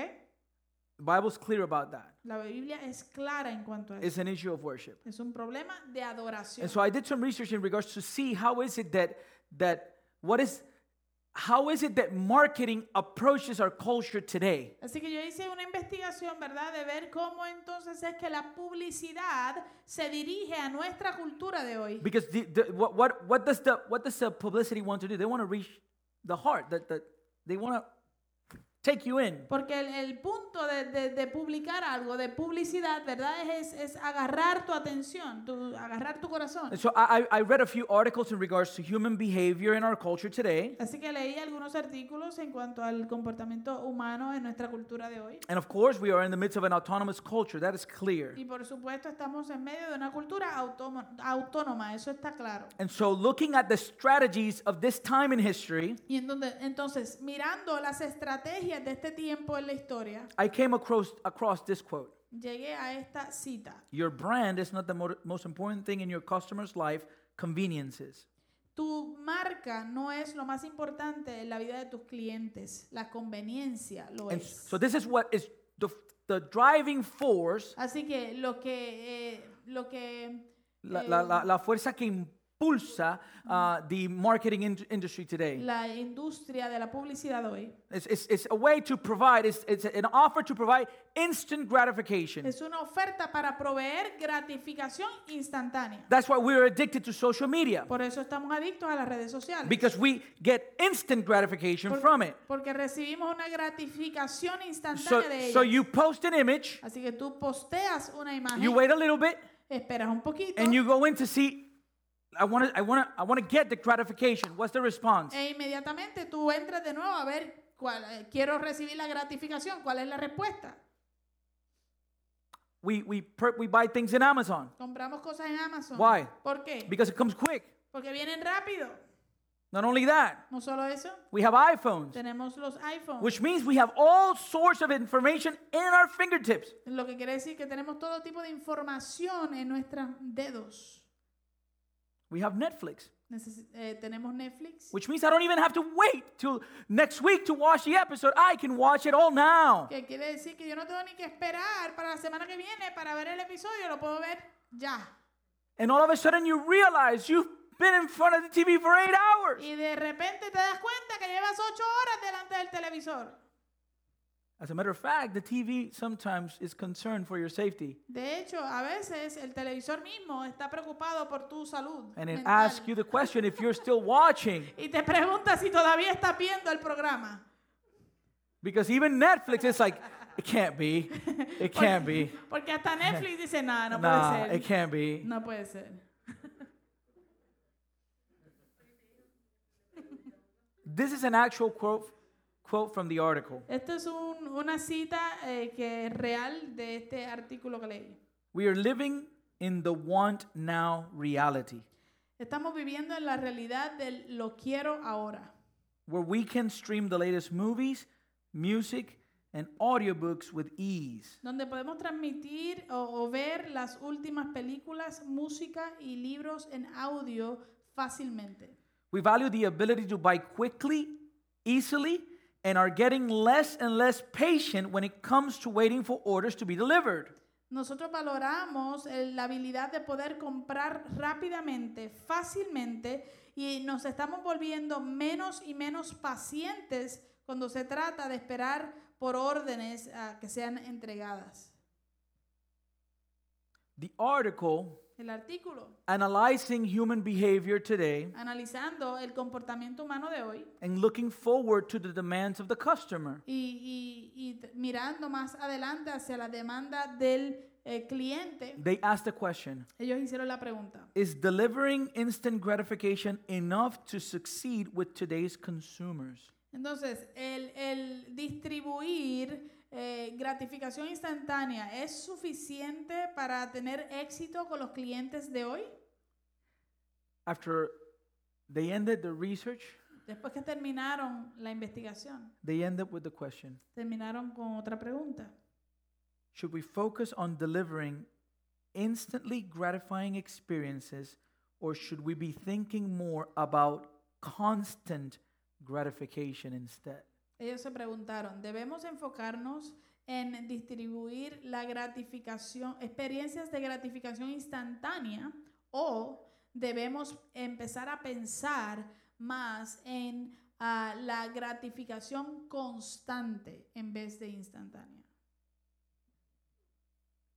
Speaker 1: The Bible's clear about that.
Speaker 2: La Biblia es clara en cuanto a eso.
Speaker 1: It's an issue of worship.
Speaker 2: Es un problema de adoración.
Speaker 1: And so I did some research in regards to see how is it that that what is how is it that marketing approaches our culture today?
Speaker 2: Así que yo hice una investigación, ¿verdad? De ver cómo entonces es que la publicidad se dirige a nuestra cultura de hoy.
Speaker 1: Because the, the, what, what what does the what does the publicity want to do? They want to reach the heart. That that they want to take you in.
Speaker 2: Porque el, el punto de, de- de publicar algo, de publicidad, ¿verdad? Es, es agarrar tu atención, tu- agarrar tu corazón.
Speaker 1: And so I I I read a few articles in regards to human behavior in our culture today,
Speaker 2: Así que leí algunos artículos en cuanto al comportamiento humano en nuestra cultura de hoy.
Speaker 1: and of course we are in the midst of an autonomous culture. That is clear.
Speaker 2: Y por supuesto estamos en medio de una cultura autómo- autónoma, eso está claro.
Speaker 1: And so looking at the strategies of this time in history,
Speaker 2: Y en donde, entonces, mirando las estrategias de este tiempo en la historia,
Speaker 1: I came across, across this quote
Speaker 2: llegué a esta cita.
Speaker 1: Your brand is not the mo- most important thing in your customer's life, conveniences.
Speaker 2: Tu marca no es lo más importante en la vida de tus clientes. La conveniencia lo
Speaker 1: And
Speaker 2: es.
Speaker 1: so this is what is the, the driving force,
Speaker 2: Así que lo que, eh, lo que
Speaker 1: la,
Speaker 2: Eh.
Speaker 1: la, la, la fuerza que impulsa uh, the marketing in- industry today.
Speaker 2: la industria de la publicidad hoy
Speaker 1: It's, it's, it's a way to provide, it's, it's an offer to provide instant gratification.
Speaker 2: es una oferta para proveer gratificación instantánea.
Speaker 1: That's why we're addicted to social media
Speaker 2: Por eso estamos adictos a las redes sociales.
Speaker 1: because we get instant gratification
Speaker 2: Por-
Speaker 1: from it.
Speaker 2: Porque recibimos una gratificación
Speaker 1: So,
Speaker 2: instantánea de
Speaker 1: so
Speaker 2: ellas.
Speaker 1: you post an image,
Speaker 2: Así que tú posteas una imagen,
Speaker 1: you wait a little bit,
Speaker 2: esperas un poquito
Speaker 1: and you go in to see. I want to, I want to, I want to get the gratification. What's the response?
Speaker 2: e inmediatamente tú entras de nuevo a ver cuál eh, quiero recibir la gratificación, cuál es la respuesta.
Speaker 1: We we per, we buy things in Amazon
Speaker 2: Compramos cosas en Amazon.
Speaker 1: Why?
Speaker 2: ¿Por qué?
Speaker 1: because it comes quick.
Speaker 2: Porque vienen rápido.
Speaker 1: Not only that,
Speaker 2: No solo eso,
Speaker 1: we have iPhones,
Speaker 2: tenemos los iPhones,
Speaker 1: which means we have all sorts of information in our fingertips.
Speaker 2: lo que quiere decir que tenemos todo tipo de información en nuestros dedos.
Speaker 1: We have Netflix,
Speaker 2: Necesi- eh, tenemos Netflix,
Speaker 1: which means I don't even have to wait till next week to watch the episode. I can watch it all now.
Speaker 2: que quiere decir que yo no tengo ni que esperar para la semana que viene para ver el episodio, lo puedo ver ya.
Speaker 1: And all of a sudden, you realize you've been in front of the TV for eight hours.
Speaker 2: Y de repente te das cuenta que llevas ocho horas delante del televisor.
Speaker 1: As a matter of fact, the TV sometimes is concerned for your safety
Speaker 2: De hecho, a veces el televisor mismo está preocupado por tu salud.
Speaker 1: and it
Speaker 2: mental.
Speaker 1: asks you the question if you're still watching.
Speaker 2: Y te pregunta si todavía estás viendo el programa.
Speaker 1: Because even Netflix is like, it can't be. It can't be.
Speaker 2: Porque hasta Netflix dice, nada, no
Speaker 1: Nah,
Speaker 2: puede
Speaker 1: it
Speaker 2: ser.
Speaker 1: can't be.
Speaker 2: No puede ser.
Speaker 1: This is an actual quote, quote from the article.
Speaker 2: Esto es un- una cita eh, que es real de este artículo que leí.
Speaker 1: We are living in the want now reality
Speaker 2: Estamos viviendo en la realidad del lo quiero ahora.
Speaker 1: where we can stream the latest movies, music, and audiobooks with ease.
Speaker 2: donde podemos transmitir o, o ver las últimas películas, música y libros en audio fácilmente.
Speaker 1: We value the ability to buy quickly, easily, and are getting less and less patient when it comes to waiting for orders to be delivered.
Speaker 2: Nosotros valoramos el- la habilidad de poder comprar rápidamente, fácilmente, y nos estamos volviendo menos y menos pacientes cuando se trata de esperar por órdenes ah, que sean entregadas.
Speaker 1: The article
Speaker 2: El artículo,
Speaker 1: analyzing human behavior today
Speaker 2: analizando el comportamiento humano de hoy
Speaker 1: and looking forward to the demands of the customer
Speaker 2: y, y- y t- mirando más adelante hacia la demanda del eh, cliente,
Speaker 1: they asked the question
Speaker 2: ellos hicieron la pregunta,
Speaker 1: is delivering instant gratification enough to succeed with today's consumers
Speaker 2: entonces, el, el distribuir eh, gratificación instantánea es suficiente para tener éxito con los clientes de hoy?
Speaker 1: after they ended the research
Speaker 2: Después que terminaron la investigación,
Speaker 1: they end up with the question
Speaker 2: terminaron con otra pregunta.
Speaker 1: should we focus on delivering instantly gratifying experiences or should we be thinking more about constant gratification instead
Speaker 2: Ellos se preguntaron, ¿debemos enfocarnos en distribuir la gratificación, experiencias de gratificación instantánea o debemos empezar a pensar más en ah, la gratificación constante en vez de instantánea?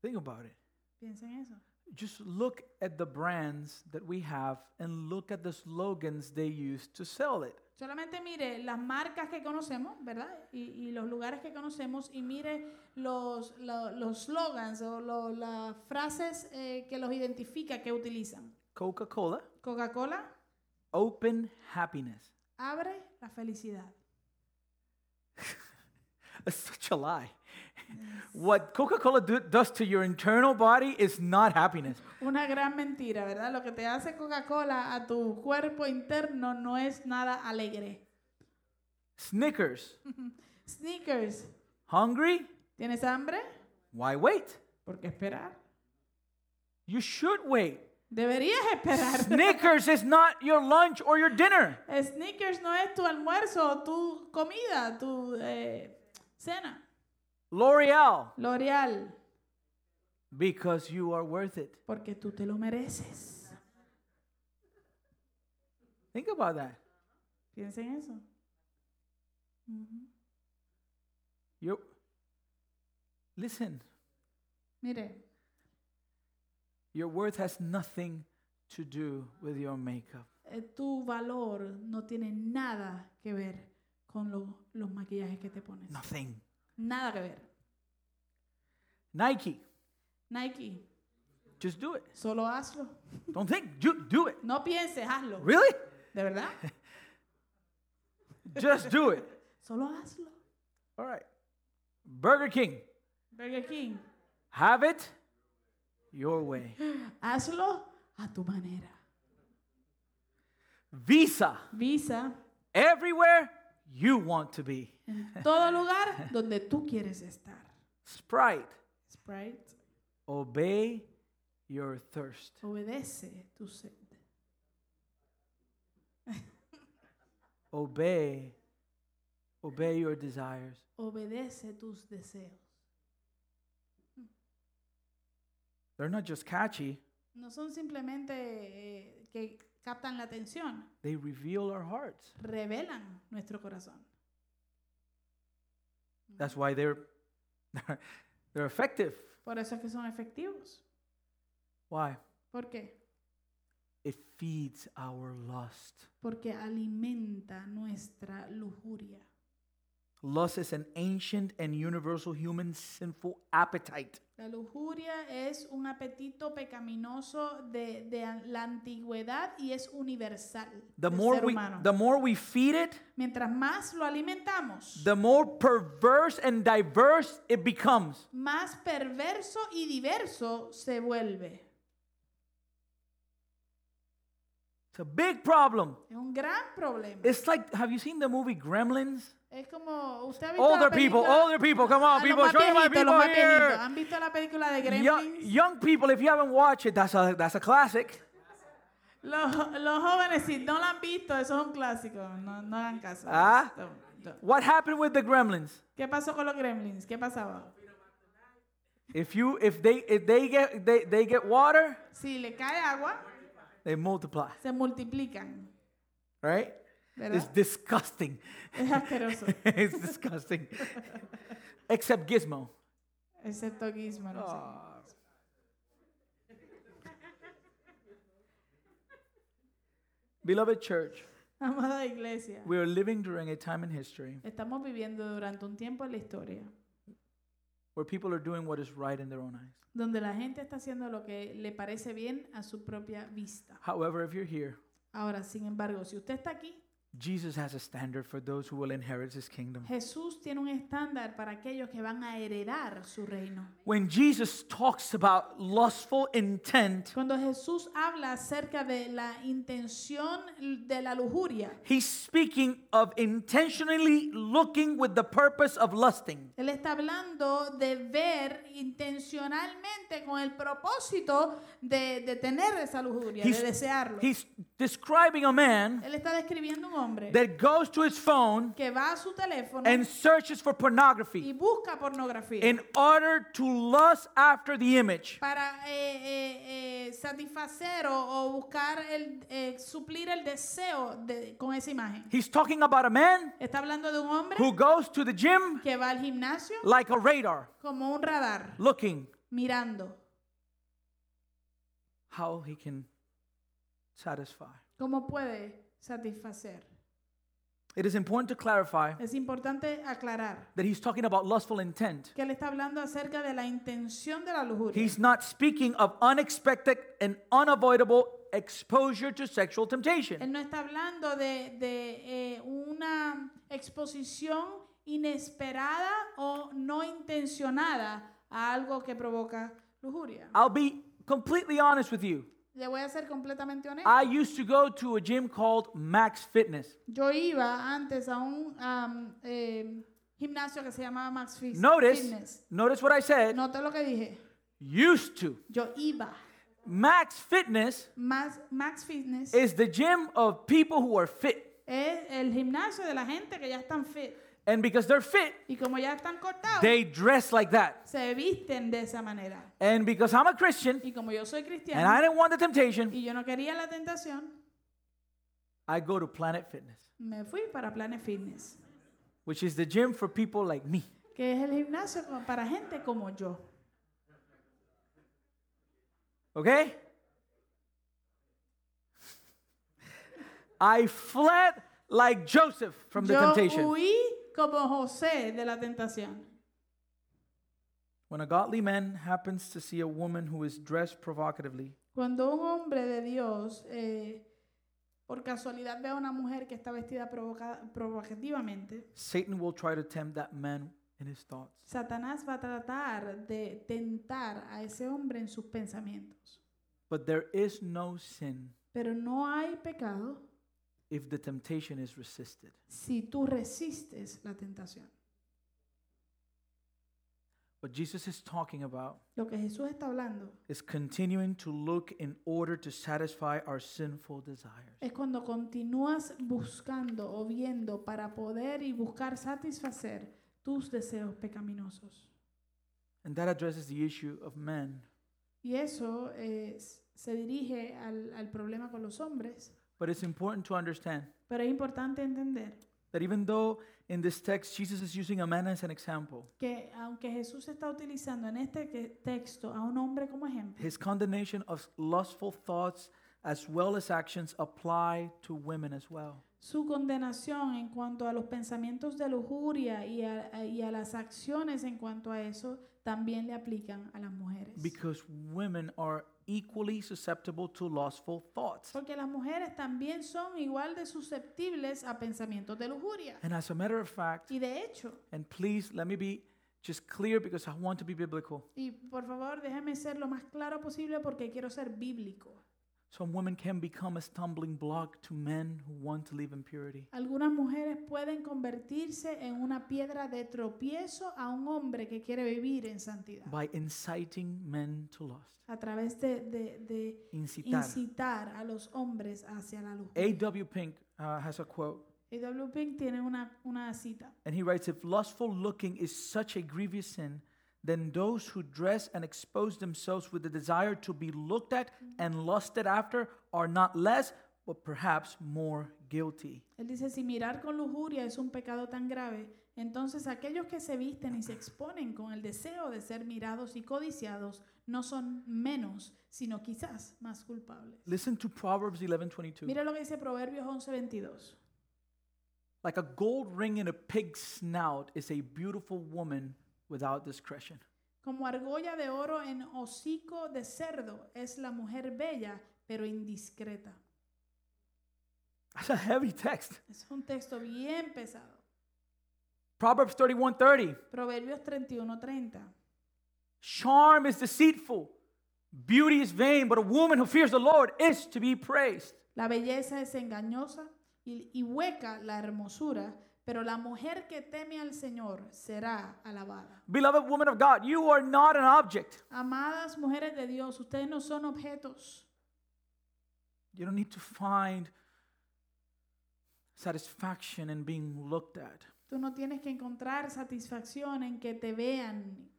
Speaker 1: think about it
Speaker 2: Piensen eso.
Speaker 1: just look at the brands that we have and look at the slogans they use to sell it.
Speaker 2: Solamente mire las marcas que conocemos, ¿verdad? Y, y los lugares que conocemos y mire los lo- los slogans o lo- las frases eh, que los identifica, que utilizan.
Speaker 1: Coca Cola,
Speaker 2: Coca-Cola
Speaker 1: open happiness.
Speaker 2: abre la felicidad.
Speaker 1: That's such a lie. What Coca Cola do- does to your internal body is not happiness.
Speaker 2: Una gran mentira, ¿verdad? Lo que te hace Coca-Cola a tu cuerpo interno no es nada alegre.
Speaker 1: Snickers,
Speaker 2: Sneakers,
Speaker 1: hungry?
Speaker 2: ¿tienes hambre?
Speaker 1: Why wait?
Speaker 2: ¿Por qué esperar?
Speaker 1: You should wait.
Speaker 2: Deberías esperar.
Speaker 1: Snickers is not your lunch or your dinner.
Speaker 2: Snickers no es tu almuerzo, o tu comida, tu eh, cena.
Speaker 1: L'Oreal,
Speaker 2: L'Oreal,
Speaker 1: because you are worth it.
Speaker 2: porque tú te lo mereces.
Speaker 1: Think about that.
Speaker 2: Piensa en eso. Ujú.
Speaker 1: You're, listen,
Speaker 2: Mire,
Speaker 1: your worth has nothing to do with your makeup.
Speaker 2: eh, tu valor no tiene nada que ver con lo- los maquillajes que te pones.
Speaker 1: Nothing.
Speaker 2: Nada que ver.
Speaker 1: Nike,
Speaker 2: Nike,
Speaker 1: just do it.
Speaker 2: solo hazlo.
Speaker 1: Don't think, do, do it.
Speaker 2: No pienses, hazlo.
Speaker 1: Really?
Speaker 2: ¿De verdad?
Speaker 1: Just do it.
Speaker 2: Solo hazlo.
Speaker 1: All right. Burger King,
Speaker 2: Burger King,
Speaker 1: have it your way.
Speaker 2: hazlo a tu manera.
Speaker 1: Visa,
Speaker 2: Visa,
Speaker 1: everywhere you want to be.
Speaker 2: todo lugar donde tú quieres estar.
Speaker 1: Sprite,
Speaker 2: Sprite,
Speaker 1: obey your thirst.
Speaker 2: obedece tu sed.
Speaker 1: Obey, obey your desires.
Speaker 2: Obedece tus deseos.
Speaker 1: They're not just catchy,
Speaker 2: No son simplemente eh, que captan la atención,
Speaker 1: they reveal our hearts.
Speaker 2: revelan nuestro corazón.
Speaker 1: That's why they're they're effective.
Speaker 2: Por eso es que son efectivos.
Speaker 1: Why?
Speaker 2: ¿Por qué?
Speaker 1: It feeds our lust.
Speaker 2: Porque alimenta nuestra lujuria.
Speaker 1: Lust is an ancient and universal human sinful appetite.
Speaker 2: La lujuria es un apetito pecaminoso de, de a- la antigüedad y es universal.
Speaker 1: The
Speaker 2: del
Speaker 1: more
Speaker 2: ser
Speaker 1: we
Speaker 2: humano.
Speaker 1: the more we feed it,
Speaker 2: Mientras más lo alimentamos,
Speaker 1: the more perverse and diverse it becomes.
Speaker 2: más perverso y diverso se vuelve.
Speaker 1: It's a big problem.
Speaker 2: Es un gran problema.
Speaker 1: It's like have you seen the movie Gremlins?
Speaker 2: es como usted ha visto la
Speaker 1: Older people,
Speaker 2: película-
Speaker 1: older people, come on,
Speaker 2: Ah, los
Speaker 1: people,
Speaker 2: más
Speaker 1: show me my
Speaker 2: viejitos, los
Speaker 1: people
Speaker 2: más viejitos.
Speaker 1: here.
Speaker 2: ¿Han visto la película de
Speaker 1: Young,
Speaker 2: Gremlins?
Speaker 1: young people, if you haven't watched it, that's a that's a classic.
Speaker 2: Los, los jóvenes, si no la han visto, eso es un clásico. No, no hagan caso.
Speaker 1: Ah.
Speaker 2: No, no.
Speaker 1: What happened with the Gremlins?
Speaker 2: ¿Qué pasó con los Gremlins? ¿Qué pasaba?
Speaker 1: If you if they if they get they, they get water,
Speaker 2: Si le cae agua,
Speaker 1: they multiply,
Speaker 2: se multiplican.
Speaker 1: right? It's
Speaker 2: ¿Verdad?
Speaker 1: disgusting.
Speaker 2: Es asqueroso.
Speaker 1: it's disgusting. Except Gizmo.
Speaker 2: Excepto Gizmo. no sé.
Speaker 1: Ah. Beloved church,
Speaker 2: Amada iglesia,
Speaker 1: we are living during a time in history
Speaker 2: estamos viviendo durante un tiempo en la historia
Speaker 1: where people are doing what is right in their own eyes.
Speaker 2: donde la gente está haciendo lo que le parece bien a su propia vista.
Speaker 1: However, if you're here,
Speaker 2: Ahora, sin embargo, si usted está aquí,
Speaker 1: Jesus has a standard for those who will inherit his kingdom.
Speaker 2: Jesús tiene un estándar para aquellos que van a heredar su reino.
Speaker 1: When Jesus talks about lustful intent,
Speaker 2: Cuando Jesús habla acerca de la intención de la lujuria,
Speaker 1: He's speaking of intentionally looking with the purpose of lusting.
Speaker 2: Él está hablando de ver intencionalmente con el propósito de, de tener esa lujuria,
Speaker 1: He's-
Speaker 2: de desearlo.
Speaker 1: He's describing a man
Speaker 2: Él está describiendo un hombre
Speaker 1: that goes to his phone
Speaker 2: que va a su teléfono
Speaker 1: and searches for
Speaker 2: y
Speaker 1: pornography
Speaker 2: busca pornografía
Speaker 1: in order to lust after the image.
Speaker 2: para eh, eh, eh, satisfacer o, o buscar el, eh, suplir el deseo de- con esa imagen.
Speaker 1: He's talking about a man
Speaker 2: Está hablando de un hombre
Speaker 1: who goes to the gym
Speaker 2: que va al gimnasio
Speaker 1: like a radar,
Speaker 2: como un radar,
Speaker 1: looking
Speaker 2: mirando
Speaker 1: how he can satisfy.
Speaker 2: cómo puede satisfacer.
Speaker 1: It is important to clarify
Speaker 2: Es importante aclarar
Speaker 1: that he's talking about lustful intent.
Speaker 2: que él está hablando acerca de la intención de la lujuria.
Speaker 1: He's not speaking of unexpected and unavoidable exposure to sexual temptation.
Speaker 2: él no está hablando de, de, eh, una exposición inesperada o no intencionada a algo que provoca lujuria.
Speaker 1: I'll be completely honest with you.
Speaker 2: Le voy a ser completamente honesto.
Speaker 1: I used to go to a gym called Max Fitness.
Speaker 2: Yo iba antes a un am, eh, gimnasio que se llamaba Max Fit-
Speaker 1: Notice,
Speaker 2: Fitness.
Speaker 1: notice what I said.
Speaker 2: Nota lo que dije.
Speaker 1: Used to.
Speaker 2: Yo iba.
Speaker 1: Max Fitness
Speaker 2: Max, Max Fitness
Speaker 1: is the gym of people who are fit.
Speaker 2: es el gimnasio de la gente que ya están fit.
Speaker 1: And because they're fit,
Speaker 2: Y como ya están cortados,
Speaker 1: they dress like that.
Speaker 2: se visten de esa manera.
Speaker 1: And because I'm a Christian
Speaker 2: Y como yo soy
Speaker 1: and I
Speaker 2: cristiano
Speaker 1: didn't want the temptation,
Speaker 2: y yo no quería la tentación,
Speaker 1: I go to Planet Fitness,
Speaker 2: me fui para Planet Fitness,
Speaker 1: which is the gym for people like me.
Speaker 2: que es el gimnasio co- para gente como yo.
Speaker 1: Okay? I fled like Joseph from the
Speaker 2: yo
Speaker 1: temptation.
Speaker 2: huí como José de la tentación.
Speaker 1: When a godly man happens to see a woman who is dressed provocatively,
Speaker 2: Cuando un hombre de Dios eh, por casualidad ve a una mujer que está vestida provoca- provocativamente,
Speaker 1: Satan will try to tempt that man in his thoughts.
Speaker 2: Satanás va a tratar de tentar a ese hombre en sus pensamientos.
Speaker 1: But there is no sin
Speaker 2: Pero no hay pecado
Speaker 1: if the temptation is resisted.
Speaker 2: si tú resistes la tentación.
Speaker 1: What Jesus is talking about
Speaker 2: Lo que Jesús está hablando
Speaker 1: is continuing to look in order to satisfy our sinful desires.
Speaker 2: es cuando continúas buscando o viendo para poder y buscar satisfacer tus deseos pecaminosos.
Speaker 1: And that addresses the issue of men.
Speaker 2: Y eso eh, s- se dirige al, al problema con los hombres.
Speaker 1: But it's important to understand
Speaker 2: Pero es importante entender
Speaker 1: that even though in this text Jesus is using a man as an example,
Speaker 2: que aunque Jesús está utilizando en este que- texto a un hombre como ejemplo,
Speaker 1: his condemnation of lustful thoughts as well as actions apply to women as well.
Speaker 2: su condenación en cuanto a los pensamientos de lujuria y a, a- y a las acciones en cuanto a eso también le aplican a las mujeres.
Speaker 1: Because women are equally susceptible to lustful thoughts.
Speaker 2: Porque las mujeres también son igual de susceptibles a pensamientos de lujuria.
Speaker 1: And as a matter of fact,
Speaker 2: Y de hecho,
Speaker 1: and please let me be just clear because I want to be biblical.
Speaker 2: y por favor déjeme ser lo más claro posible porque quiero ser bíblico.
Speaker 1: Some women can become a stumbling block to men who want to live in purity.
Speaker 2: Algunas mujeres pueden convertirse en una piedra de tropiezo a un hombre que quiere vivir en santidad
Speaker 1: by inciting men to lust.
Speaker 2: a través de, de- de
Speaker 1: Incitar.
Speaker 2: incitar a los hombres hacia la luz.
Speaker 1: A.W. Pink uh, has a quote,
Speaker 2: A.W. Pink tiene una, una cita
Speaker 1: and he writes If lustful looking is such a grievous sin, then those who dress and expose themselves with the desire to be looked at and lusted after are not less, but perhaps more guilty.
Speaker 2: Él dice, si mirar con lujuria es un pecado tan grave, entonces aquellos que se visten y se exponen con el deseo de ser mirados y codiciados no son menos, sino quizás más culpables.
Speaker 1: Listen to Proverbs 11:22.
Speaker 2: Mira lo que dice Proverbios 11:22.
Speaker 1: Like a gold ring in a pig's snout is a beautiful woman without discretion.
Speaker 2: Como argolla de oro en hocico de cerdo es la mujer bella, pero indiscreta.
Speaker 1: That's a heavy text.
Speaker 2: Es un texto bien pesado.
Speaker 1: Proverbs 31:30.
Speaker 2: Proverbios 31:30.
Speaker 1: Charm is deceitful, beauty is vain, but a woman who fears the Lord is to be praised.
Speaker 2: La belleza es engañosa y, y hueca la hermosura, pero la mujer que teme al Señor será alabada.
Speaker 1: Beloved woman of God, you are not an object.
Speaker 2: Amadas mujeres de Dios, ustedes no son objetos.
Speaker 1: You don't need to find satisfaction in being looked at.
Speaker 2: Tú no tienes que encontrar satisfacción en que te vean.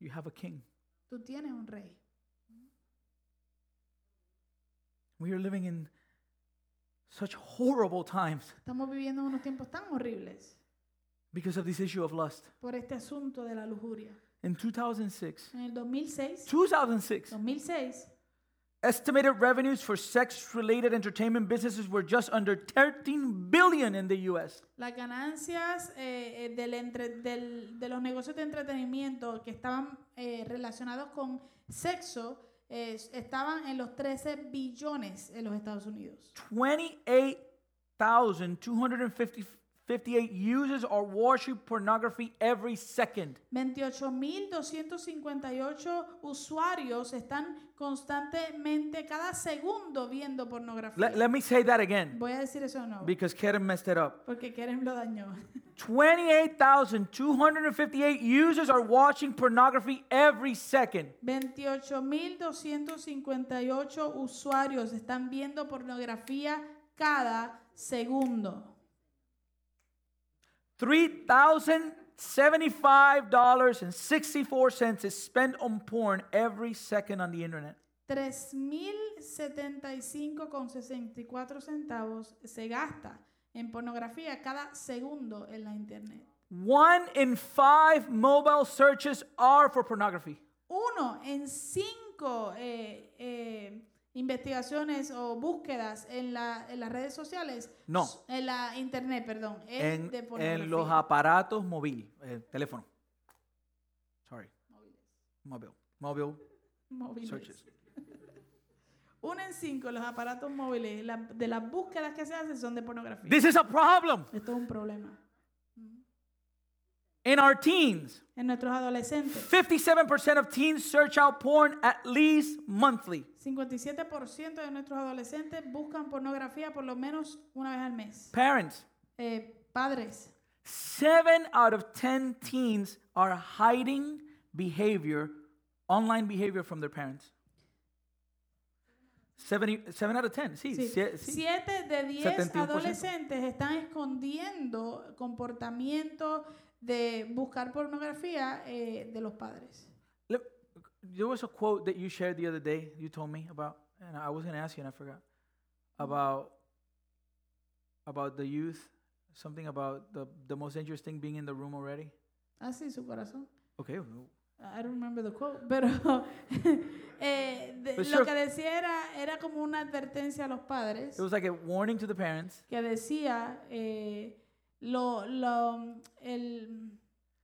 Speaker 1: You have a king.
Speaker 2: Tú tienes un rey.
Speaker 1: We are living in such horrible times
Speaker 2: Estamos viviendo unos tiempos tan horribles
Speaker 1: because of this issue of lust.
Speaker 2: por este asunto de la lujuria.
Speaker 1: In 2006,
Speaker 2: En el 2006,
Speaker 1: 2006,
Speaker 2: 2006
Speaker 1: estimated revenues for sex-related entertainment businesses were just under 13 billion in the US.
Speaker 2: las ganancias eh, eh, del entre- del- de los negocios de entretenimiento que estaban eh, relacionados con sexo eh, estaban en los 13 billones en los Estados Unidos.
Speaker 1: 28,250 58 uses or worship pornography every second.
Speaker 2: 28.258 usuarios están constantemente cada segundo viendo pornografía.
Speaker 1: Let, let me say that again
Speaker 2: Voy a decir eso no,
Speaker 1: because Karen messed it up.
Speaker 2: porque Kerem lo dañó.
Speaker 1: 28,258 users are watching pornography every second.
Speaker 2: 28.258 usuarios están viendo pornografía cada segundo.
Speaker 1: $3,075.64 is spent on porn every second on the internet.
Speaker 2: 3.075,64 centavos se gasta en pornografía cada segundo en la internet.
Speaker 1: One in five mobile searches are for pornography.
Speaker 2: Uno en cinco eh, eh, investigaciones o búsquedas en, la, en las redes sociales.
Speaker 1: No.
Speaker 2: s- En la internet, perdón. es
Speaker 1: En,
Speaker 2: de
Speaker 1: en los
Speaker 2: pornografía.
Speaker 1: aparatos móvil, eh, teléfono. Sorry, mobile. Mobile
Speaker 2: Móviles.
Speaker 1: searches.
Speaker 2: Uno en cinco, los aparatos móviles, la- de las búsquedas que se hacen son de pornografía.
Speaker 1: This is a problem
Speaker 2: Esto es un problema.
Speaker 1: in our teens.
Speaker 2: En nuestros adolescentes,
Speaker 1: 57% of teens search out porn at least monthly.
Speaker 2: 57% de nuestros adolescentes buscan pornografía por lo menos una vez al mes.
Speaker 1: Parents,
Speaker 2: Eh, padres,
Speaker 1: 7 out of 10 teens are hiding behavior, online behavior from their parents. 70, 7 out of 10. Sí,
Speaker 2: sí.
Speaker 1: sí, sí.
Speaker 2: Siete de 10
Speaker 1: 71%.
Speaker 2: adolescentes están escondiendo comportamiento de buscar pornografía eh, de los padres.
Speaker 1: Let, there was a quote that you shared the other day, you told me about, and I was going to ask you and I forgot. About about the youth, something about the, the most dangerous thing being in the room already.
Speaker 2: Así su corazón.
Speaker 1: Okay. well,
Speaker 2: I don't remember the quote, pero eh, de-
Speaker 1: But
Speaker 2: lo
Speaker 1: sure.
Speaker 2: que decía era, era como una advertencia a los padres
Speaker 1: It was like a warning to the parents.
Speaker 2: que decía eh, lo, lo- el,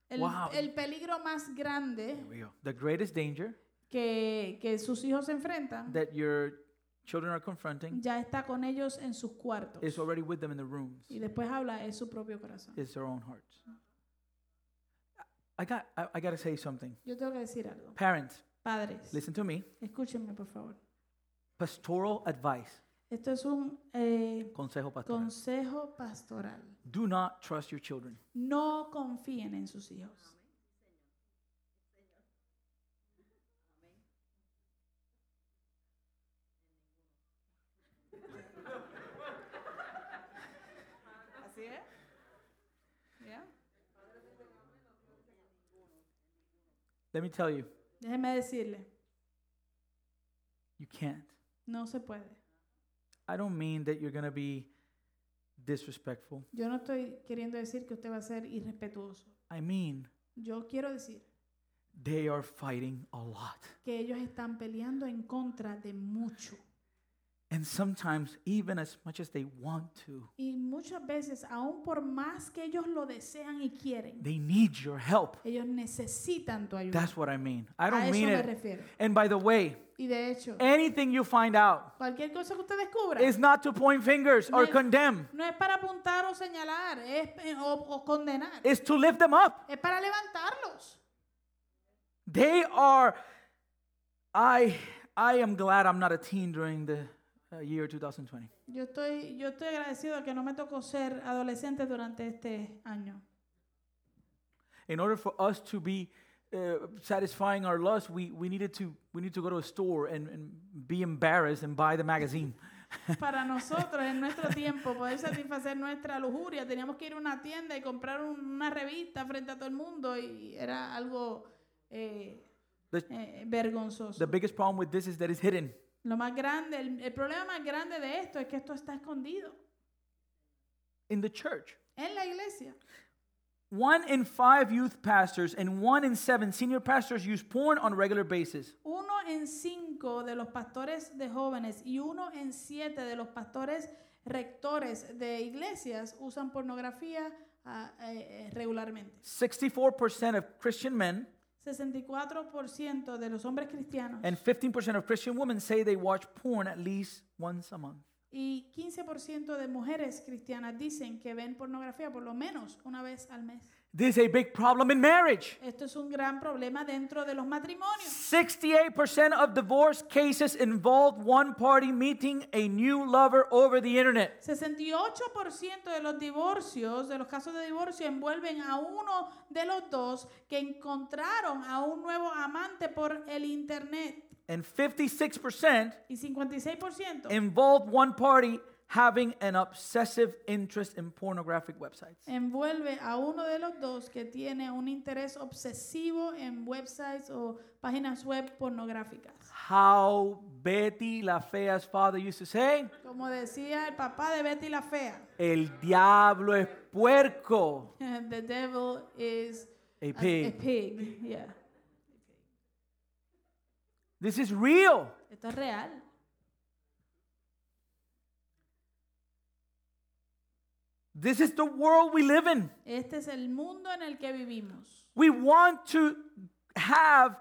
Speaker 2: el,
Speaker 1: Wow.
Speaker 2: el peligro más grande
Speaker 1: There we go. The greatest danger
Speaker 2: que, que sus hijos se enfrentan
Speaker 1: that your children are confronting
Speaker 2: ya está con ellos en sus cuartos.
Speaker 1: is already with them in the rooms.
Speaker 2: Y después habla es su propio corazón.
Speaker 1: It's their own hearts. I got I, I got to say something.
Speaker 2: Yo tengo que decir algo.
Speaker 1: Parents,
Speaker 2: Padres,
Speaker 1: listen to me.
Speaker 2: escúchenme por favor.
Speaker 1: Pastoral advice.
Speaker 2: Esto es un eh,
Speaker 1: Consejo pastoral.
Speaker 2: consejo pastoral.
Speaker 1: Do not trust your children.
Speaker 2: No confíen en sus hijos. Así es. ¿Ya?
Speaker 1: Let me tell you,
Speaker 2: Déjeme decirle,
Speaker 1: you can't.
Speaker 2: no se puede.
Speaker 1: I don't mean that you're going to be disrespectful.
Speaker 2: Yo no estoy queriendo decir que usted va a ser irrespetuoso.
Speaker 1: I mean,
Speaker 2: Yo quiero decir
Speaker 1: they are fighting a lot.
Speaker 2: que ellos están peleando en contra de mucho.
Speaker 1: And sometimes even as much as they want to,
Speaker 2: Y muchas veces, aún por más que ellos lo desean y quieren,
Speaker 1: they need your help.
Speaker 2: ellos necesitan tu ayuda.
Speaker 1: That's what I mean. I
Speaker 2: a
Speaker 1: don't
Speaker 2: eso
Speaker 1: mean
Speaker 2: me
Speaker 1: it.
Speaker 2: refiero.
Speaker 1: And by the way,
Speaker 2: Y de hecho,
Speaker 1: anything you find out
Speaker 2: cualquier cosa que usted descubra
Speaker 1: is not to point fingers or
Speaker 2: No es-
Speaker 1: condemn,
Speaker 2: no es para apuntar o señalar es, eh, o, o condenar.
Speaker 1: it's to lift them up.
Speaker 2: Es para levantarlos.
Speaker 1: They are I I am glad I'm not a teen during the uh, year 2020.
Speaker 2: Yo estoy, yo estoy agradecido que no me tocó ser adolescente durante este año.
Speaker 1: In order for us to be uh, satisfying our lust, we, we needed to we need to go to a store and, and be embarrassed and buy the magazine.
Speaker 2: Para nosotros, en nuestro tiempo, poder satisfacer nuestra lujuria, teníamos que ir a una tienda y comprar un- una revista frente a todo el mundo y era algo eh,
Speaker 1: The-
Speaker 2: eh, vergonzoso.
Speaker 1: The biggest problem with this is that it's hidden.
Speaker 2: Lo más grande, el, el problema más grande de esto es que esto está escondido
Speaker 1: In the church,
Speaker 2: en la iglesia.
Speaker 1: one in five youth pastors and one in seven senior pastors use porn on a regular basis.
Speaker 2: Uno en cinco de los pastores de jóvenes y uno en siete de los pastores rectores de iglesias usan pornografía ah, eh, eh, regularmente.
Speaker 1: 64% of Christian men
Speaker 2: 64% de los hombres cristianos
Speaker 1: and 15% of Christian women say they watch porn at least once a month.
Speaker 2: Y 15% de mujeres cristianas dicen que ven pornografía por lo menos una vez al mes.
Speaker 1: This is a big problem in marriage.
Speaker 2: Esto es un gran problema dentro de los matrimonios.
Speaker 1: 68% of divorce cases involved one party meeting a new lover over the internet.
Speaker 2: 68% de los divorcios, de los casos de divorcio, envuelven a uno de los dos que encontraron a un nuevo amante por el Internet.
Speaker 1: And 56%
Speaker 2: Y 56%
Speaker 1: involved one party having an obsessive interest in pornographic websites.
Speaker 2: envuelve a uno de los dos que tiene un interés obsesivo en websites o páginas web pornográficas.
Speaker 1: How Betty La Fea's father used to say,
Speaker 2: Como decía el papá de Betty la Fea,
Speaker 1: El diablo es puerco.
Speaker 2: the devil is
Speaker 1: A
Speaker 2: a-
Speaker 1: pig.
Speaker 2: a pig. Yeah.
Speaker 1: This is real.
Speaker 2: Esto es real.
Speaker 1: This is the world we live in.
Speaker 2: Este es el mundo en el que vivimos.
Speaker 1: We want to have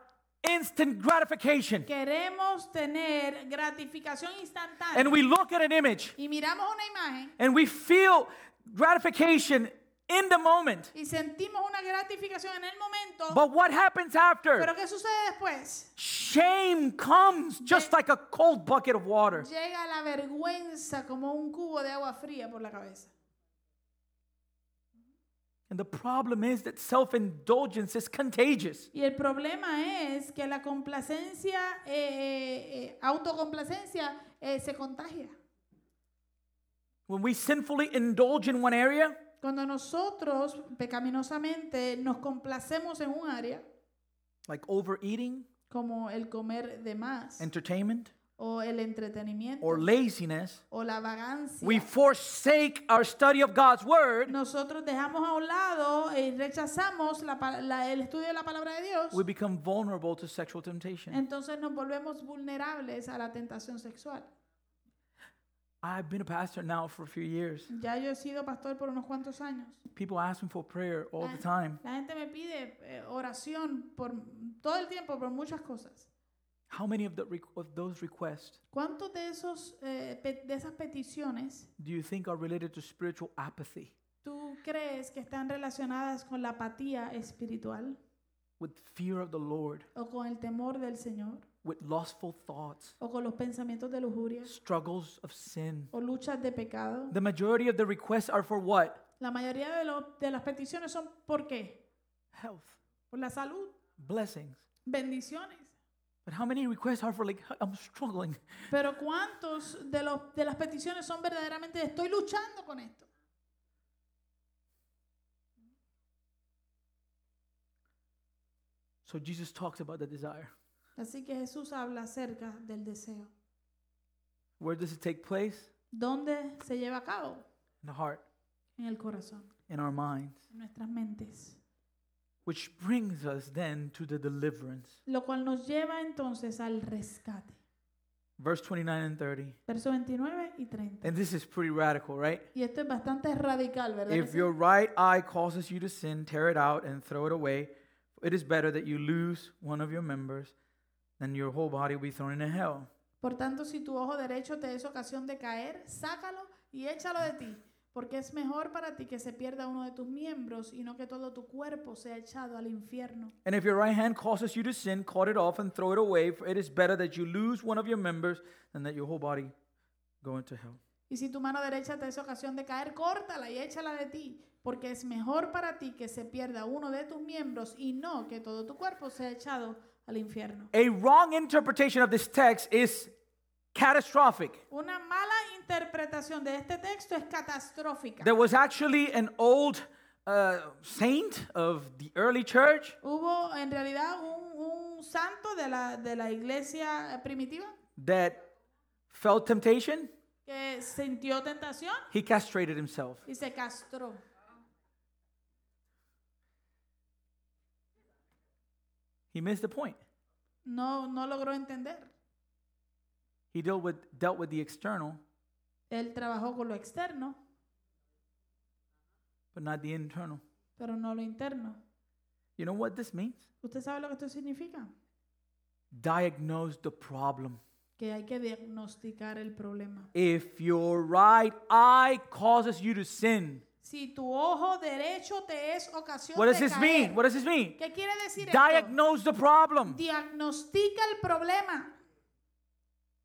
Speaker 1: instant gratification.
Speaker 2: Queremos tener gratificación instantánea.
Speaker 1: And we look at an image
Speaker 2: y miramos una imagen
Speaker 1: and we feel gratification in the moment.
Speaker 2: y sentimos una gratificación en el momento.
Speaker 1: But what happens after?
Speaker 2: pero ¿qué sucede después?
Speaker 1: Shame comes just like a cold bucket of water.
Speaker 2: Llega la vergüenza como un cubo de agua fría por la cabeza.
Speaker 1: And the problem is that self indulgence is contagious.
Speaker 2: Y el problema es que la complacencia, eh, eh, eh, autocomplacencia, eh, se contagia.
Speaker 1: When we sinfully indulge in one area,
Speaker 2: Cuando nosotros pecaminosamente nos complacemos en un área,
Speaker 1: like overeating,
Speaker 2: como el comer de más,
Speaker 1: entertainment,
Speaker 2: o el entretenimiento
Speaker 1: or laziness,
Speaker 2: o la vagancia.
Speaker 1: we forsake our study of God's word
Speaker 2: Nosotros dejamos a un lado y rechazamos la pa- la- el estudio de la palabra de Dios.
Speaker 1: we become vulnerable to sexual temptation.
Speaker 2: Entonces nos volvemos vulnerables a la tentación sexual.
Speaker 1: I've been a pastor now for a few years.
Speaker 2: Ya yo he sido pastor por unos cuantos años.
Speaker 1: People ask me for prayer all the
Speaker 2: Ah.
Speaker 1: time.
Speaker 2: La gente me pide eh, oración por todo el tiempo por muchas cosas.
Speaker 1: How many of, the requ of those requests
Speaker 2: ¿Cuántos de esos eh, pe- de esas peticiones
Speaker 1: do you think are related to spiritual apathy,
Speaker 2: tú crees que están relacionadas con la apatía espiritual
Speaker 1: with fear of the Lord,
Speaker 2: o con el temor del Señor
Speaker 1: with lustful thoughts,
Speaker 2: o con los pensamientos de lujuria
Speaker 1: struggles of sin?
Speaker 2: o luchas de pecado?
Speaker 1: The majority of the requests are for what?
Speaker 2: La mayoría de, lo- de las peticiones son por qué?
Speaker 1: Health,
Speaker 2: Por la salud,
Speaker 1: blessings.
Speaker 2: bendiciones.
Speaker 1: But how many requests are for like I'm struggling?
Speaker 2: Pero ¿cuántos de, los, de las peticiones son verdaderamente estoy luchando con esto?
Speaker 1: So Jesus talks about the desire.
Speaker 2: Así que Jesús habla acerca del deseo.
Speaker 1: Where does it take place?
Speaker 2: ¿Dónde se lleva a cabo?
Speaker 1: In the heart,
Speaker 2: En el corazón,
Speaker 1: in our minds.
Speaker 2: en nuestras mentes.
Speaker 1: Which brings us then to the deliverance.
Speaker 2: Lo cual nos lleva entonces al rescate.
Speaker 1: Verse 29 and 30.
Speaker 2: Versos 29 y 30.
Speaker 1: And this is pretty radical, right?
Speaker 2: Y esto es bastante radical, ¿verdad? que
Speaker 1: If
Speaker 2: sí?
Speaker 1: your right eye causes you to sin, tear it out and throw it away. It is better that you lose one of your members than your whole body be thrown into hell.
Speaker 2: Por tanto, si tu ojo derecho te es ocasión de caer, sácalo y échalo de ti, porque es mejor para ti que se pierda uno de tus miembros y no que todo tu cuerpo sea echado al infierno.
Speaker 1: And if your right hand causes you to sin, cut it off and throw it away. For it is better that you lose one of your members than that your whole body go into hell.
Speaker 2: Y si tu mano derecha te es ocasión de caer, córtala y échala de ti, porque es mejor para ti que se pierda uno de tus miembros y no que todo tu cuerpo sea echado al infierno.
Speaker 1: A wrong interpretation of this text is catastrophic.
Speaker 2: Una mala interpretación de este texto es catastrófica.
Speaker 1: There was actually an old uh, saint of the early church.
Speaker 2: Hubo en realidad un, un santo de la, de la iglesia primitiva
Speaker 1: that felt temptation,
Speaker 2: que sintió tentación
Speaker 1: he castrated himself.
Speaker 2: y se castró.
Speaker 1: He missed the point.
Speaker 2: No, no logró entender.
Speaker 1: He dealt with, dealt with the external,
Speaker 2: Él trabajó con lo externo,
Speaker 1: but not the internal.
Speaker 2: pero no lo interno.
Speaker 1: You know what this means?
Speaker 2: ¿Usted sabe lo que esto significa?
Speaker 1: Diagnose the problem.
Speaker 2: Que que hay que diagnosticar el problema.
Speaker 1: If your right eye causes you to sin,
Speaker 2: Si tu ojo derecho te es ocasión
Speaker 1: what
Speaker 2: de
Speaker 1: does this
Speaker 2: caer,
Speaker 1: mean? What does this mean?
Speaker 2: ¿qué quiere decir esto?
Speaker 1: Diagnose the problem.
Speaker 2: Diagnostica el problema.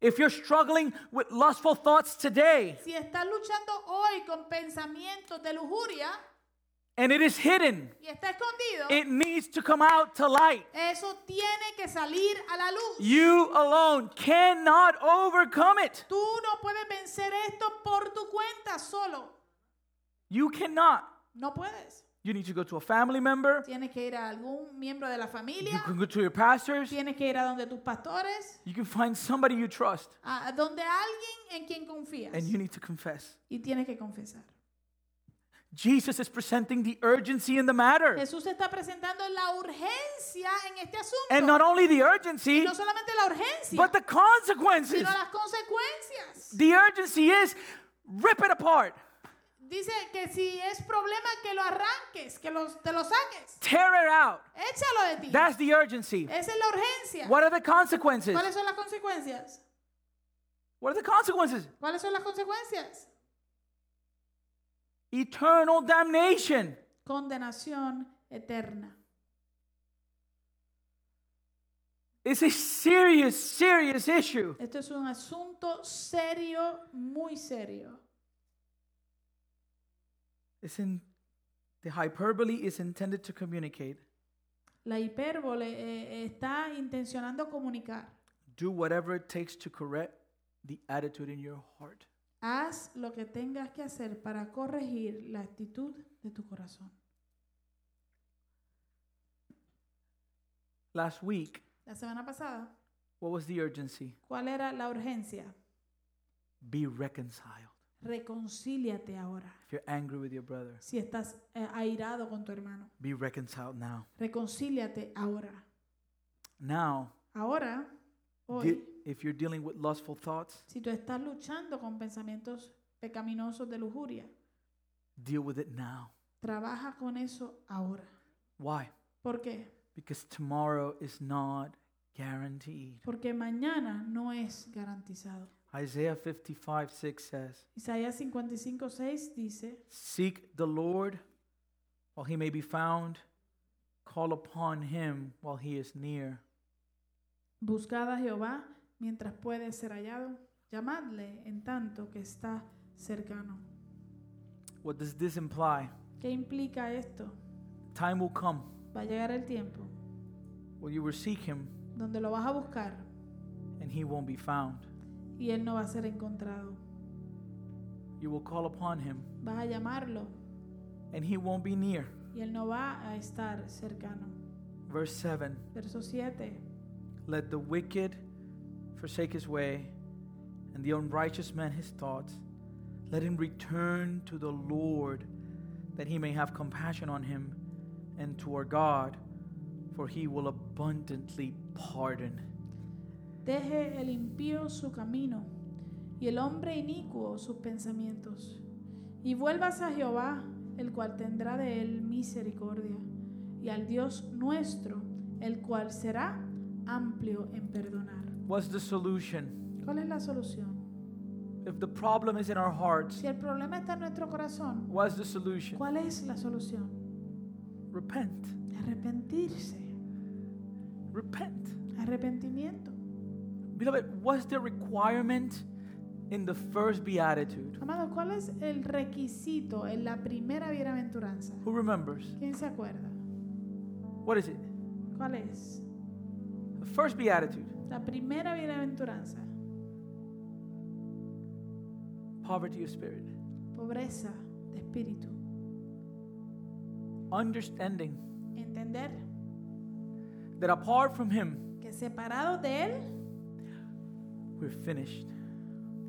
Speaker 1: If you're struggling with lustful thoughts today
Speaker 2: Si estás luchando hoy con pensamientos de lujuria
Speaker 1: and it is hidden,
Speaker 2: y está escondido,
Speaker 1: it needs to come out to light.
Speaker 2: eso tiene que salir a la luz.
Speaker 1: You alone cannot overcome it.
Speaker 2: Tú no puedes vencer esto por tu cuenta solo.
Speaker 1: You cannot.
Speaker 2: No puedes.
Speaker 1: You need to go to a family member.
Speaker 2: Tienes que ir a algún miembro de la
Speaker 1: You
Speaker 2: familia,
Speaker 1: can go to your pastors.
Speaker 2: tienes que ir a donde tus pastores,
Speaker 1: You can find somebody you trust
Speaker 2: a a donde alguien en quien confías.
Speaker 1: and you need to confess.
Speaker 2: Y tienes que confesar.
Speaker 1: Jesus is presenting the urgency in the matter.
Speaker 2: Jesús está presentando la urgencia en este
Speaker 1: And
Speaker 2: asunto.
Speaker 1: not only the urgency,
Speaker 2: No solamente la urgencia,
Speaker 1: but the consequences.
Speaker 2: sino las consecuencias.
Speaker 1: The urgency is rip it apart,
Speaker 2: Dice que si es problema que lo arranques, que los- te lo saques.
Speaker 1: tear it out.
Speaker 2: Échalo de ti.
Speaker 1: That's the urgency.
Speaker 2: Esa es la urgencia.
Speaker 1: What are the consequences?
Speaker 2: ¿Cuáles son las consecuencias?
Speaker 1: What are the consequences?
Speaker 2: ¿Cuáles son las consecuencias?
Speaker 1: Eternal damnation.
Speaker 2: Condenación eterna.
Speaker 1: It's a serious, serious issue.
Speaker 2: Esto es un asunto serio, muy serio.
Speaker 1: It's in, the hyperbole is intended to communicate
Speaker 2: La hipérbole eh, está intencionando comunicar.
Speaker 1: do whatever it takes to correct the attitude in your heart.
Speaker 2: Haz lo que tengas que hacer para corregir la actitud de tu corazón.
Speaker 1: Last week,
Speaker 2: La semana pasada,
Speaker 1: what was the urgency?
Speaker 2: ¿cuál era la urgencia?
Speaker 1: Be reconciled.
Speaker 2: Reconcíliate ahora.
Speaker 1: If you're angry with your brother,
Speaker 2: Si estás eh, airado con tu hermano,
Speaker 1: be reconciled now.
Speaker 2: reconcíliate ahora.
Speaker 1: Now,
Speaker 2: Ahora,
Speaker 1: de-
Speaker 2: hoy,
Speaker 1: if you're dealing with lustful thoughts,
Speaker 2: si tú estás luchando con pensamientos pecaminosos de lujuria,
Speaker 1: deal with it now.
Speaker 2: trabaja con eso ahora.
Speaker 1: Why?
Speaker 2: ¿Por qué?
Speaker 1: Because tomorrow is not guaranteed.
Speaker 2: Porque mañana no es garantizado.
Speaker 1: Isaiah 55 6 says,
Speaker 2: Isaías 55, 6 dice,
Speaker 1: Seek the Lord while he may be found, call upon him while he is near.
Speaker 2: Buscad a Jehová mientras puede ser hallado, llamadle en tanto que está cercano.
Speaker 1: What does this imply?
Speaker 2: ¿Qué implica esto?
Speaker 1: Time will come
Speaker 2: Va a llegar el tiempo
Speaker 1: where you will seek him
Speaker 2: donde lo vas a buscar
Speaker 1: and he won't be found.
Speaker 2: y él no va a ser encontrado.
Speaker 1: You will call upon him
Speaker 2: Vas a llamarlo
Speaker 1: and he won't be near.
Speaker 2: y él no va a estar cercano.
Speaker 1: Verse 7
Speaker 2: Verso 7.
Speaker 1: Let the wicked forsake his way, and the unrighteous man his thoughts. Let him return to the Lord, that he may have compassion on him, and to our God, for he will abundantly pardon.
Speaker 2: Deje el impío su camino y el hombre inicuo sus pensamientos. Y vuelvas a Jehová, el cual tendrá de él misericordia, y al Dios nuestro, el cual será amplio en perdonar.
Speaker 1: What's the solution?
Speaker 2: ¿Cuál es la solución?
Speaker 1: If the problem is in our hearts,
Speaker 2: Si el problema está en nuestro corazón,
Speaker 1: what's the solution?
Speaker 2: ¿cuál es la solución?
Speaker 1: Repent.
Speaker 2: Arrepentirse,
Speaker 1: Repent.
Speaker 2: arrepentimiento.
Speaker 1: Beloved, what's the requirement in the first beatitude?
Speaker 2: Amado, ¿cuál es el requisito en la primera bienaventuranza?
Speaker 1: Who remembers?
Speaker 2: ¿Quién se acuerda?
Speaker 1: What is it?
Speaker 2: ¿Cuál es?
Speaker 1: The first beatitude
Speaker 2: La primera bienaventuranza,
Speaker 1: poverty of spirit.
Speaker 2: pobreza de espíritu.
Speaker 1: understanding
Speaker 2: Entender
Speaker 1: that apart from Him,
Speaker 2: que separados de Él
Speaker 1: we're finished.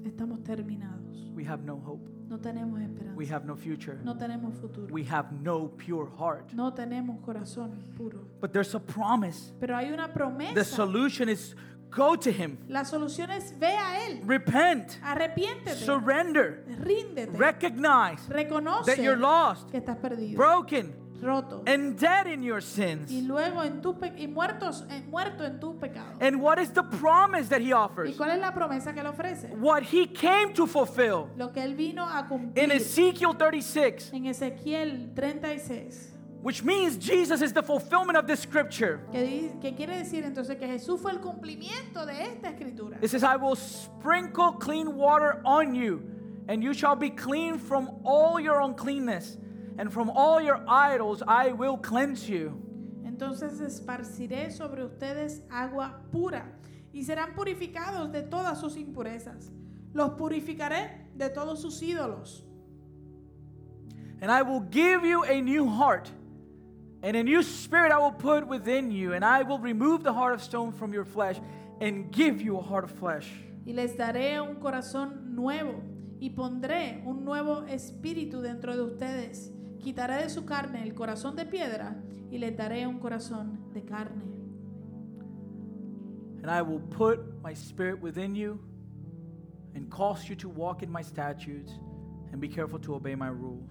Speaker 2: estamos terminados.
Speaker 1: We have no hope.
Speaker 2: No tenemos
Speaker 1: We
Speaker 2: esperanza.
Speaker 1: have no future.
Speaker 2: No tenemos futuro.
Speaker 1: We have no pure heart.
Speaker 2: No tenemos corazón puro.
Speaker 1: But there's a promise.
Speaker 2: Pero hay una
Speaker 1: The
Speaker 2: promesa.
Speaker 1: solution is go to Him,
Speaker 2: La solución es ve a Él.
Speaker 1: repent,
Speaker 2: Arrepiéntete.
Speaker 1: surrender,
Speaker 2: Ríndete.
Speaker 1: recognize that
Speaker 2: Reconoce
Speaker 1: you're lost,
Speaker 2: que estás perdido.
Speaker 1: broken,
Speaker 2: roto
Speaker 1: and dead in your
Speaker 2: y
Speaker 1: sins.
Speaker 2: luego en tu pe- y muertos eh, muerto en tu pecado.
Speaker 1: And what is the promise that he
Speaker 2: ¿Y
Speaker 1: offers?
Speaker 2: cuál es la promesa que le ofrece?
Speaker 1: What he came to fulfill.
Speaker 2: Lo que él vino a
Speaker 1: In
Speaker 2: cumplir
Speaker 1: Ezekiel 36,
Speaker 2: en Ezequiel 36,
Speaker 1: which means Jesus is the fulfillment of this scripture.
Speaker 2: que, di- que quiere decir entonces que Jesús fue el cumplimiento de esta escritura.
Speaker 1: It says, I will sprinkle clean water on you, and you shall be clean from all your uncleanness, and from all your idols I will cleanse you.
Speaker 2: Entonces esparciré sobre ustedes agua pura y serán purificados de todas sus impurezas. Los purificaré de todos sus ídolos
Speaker 1: And I will give you a new heart, and a new spirit I will put within you, and I will remove the heart of stone from your flesh, and give you a heart of flesh.
Speaker 2: y les daré un corazón nuevo y pondré un nuevo espíritu dentro de ustedes. Quitaré de su carne el corazón de piedra y les daré un corazón de carne.
Speaker 1: And I will put my spirit within you and cause you to walk in my statutes and be careful to obey my rules.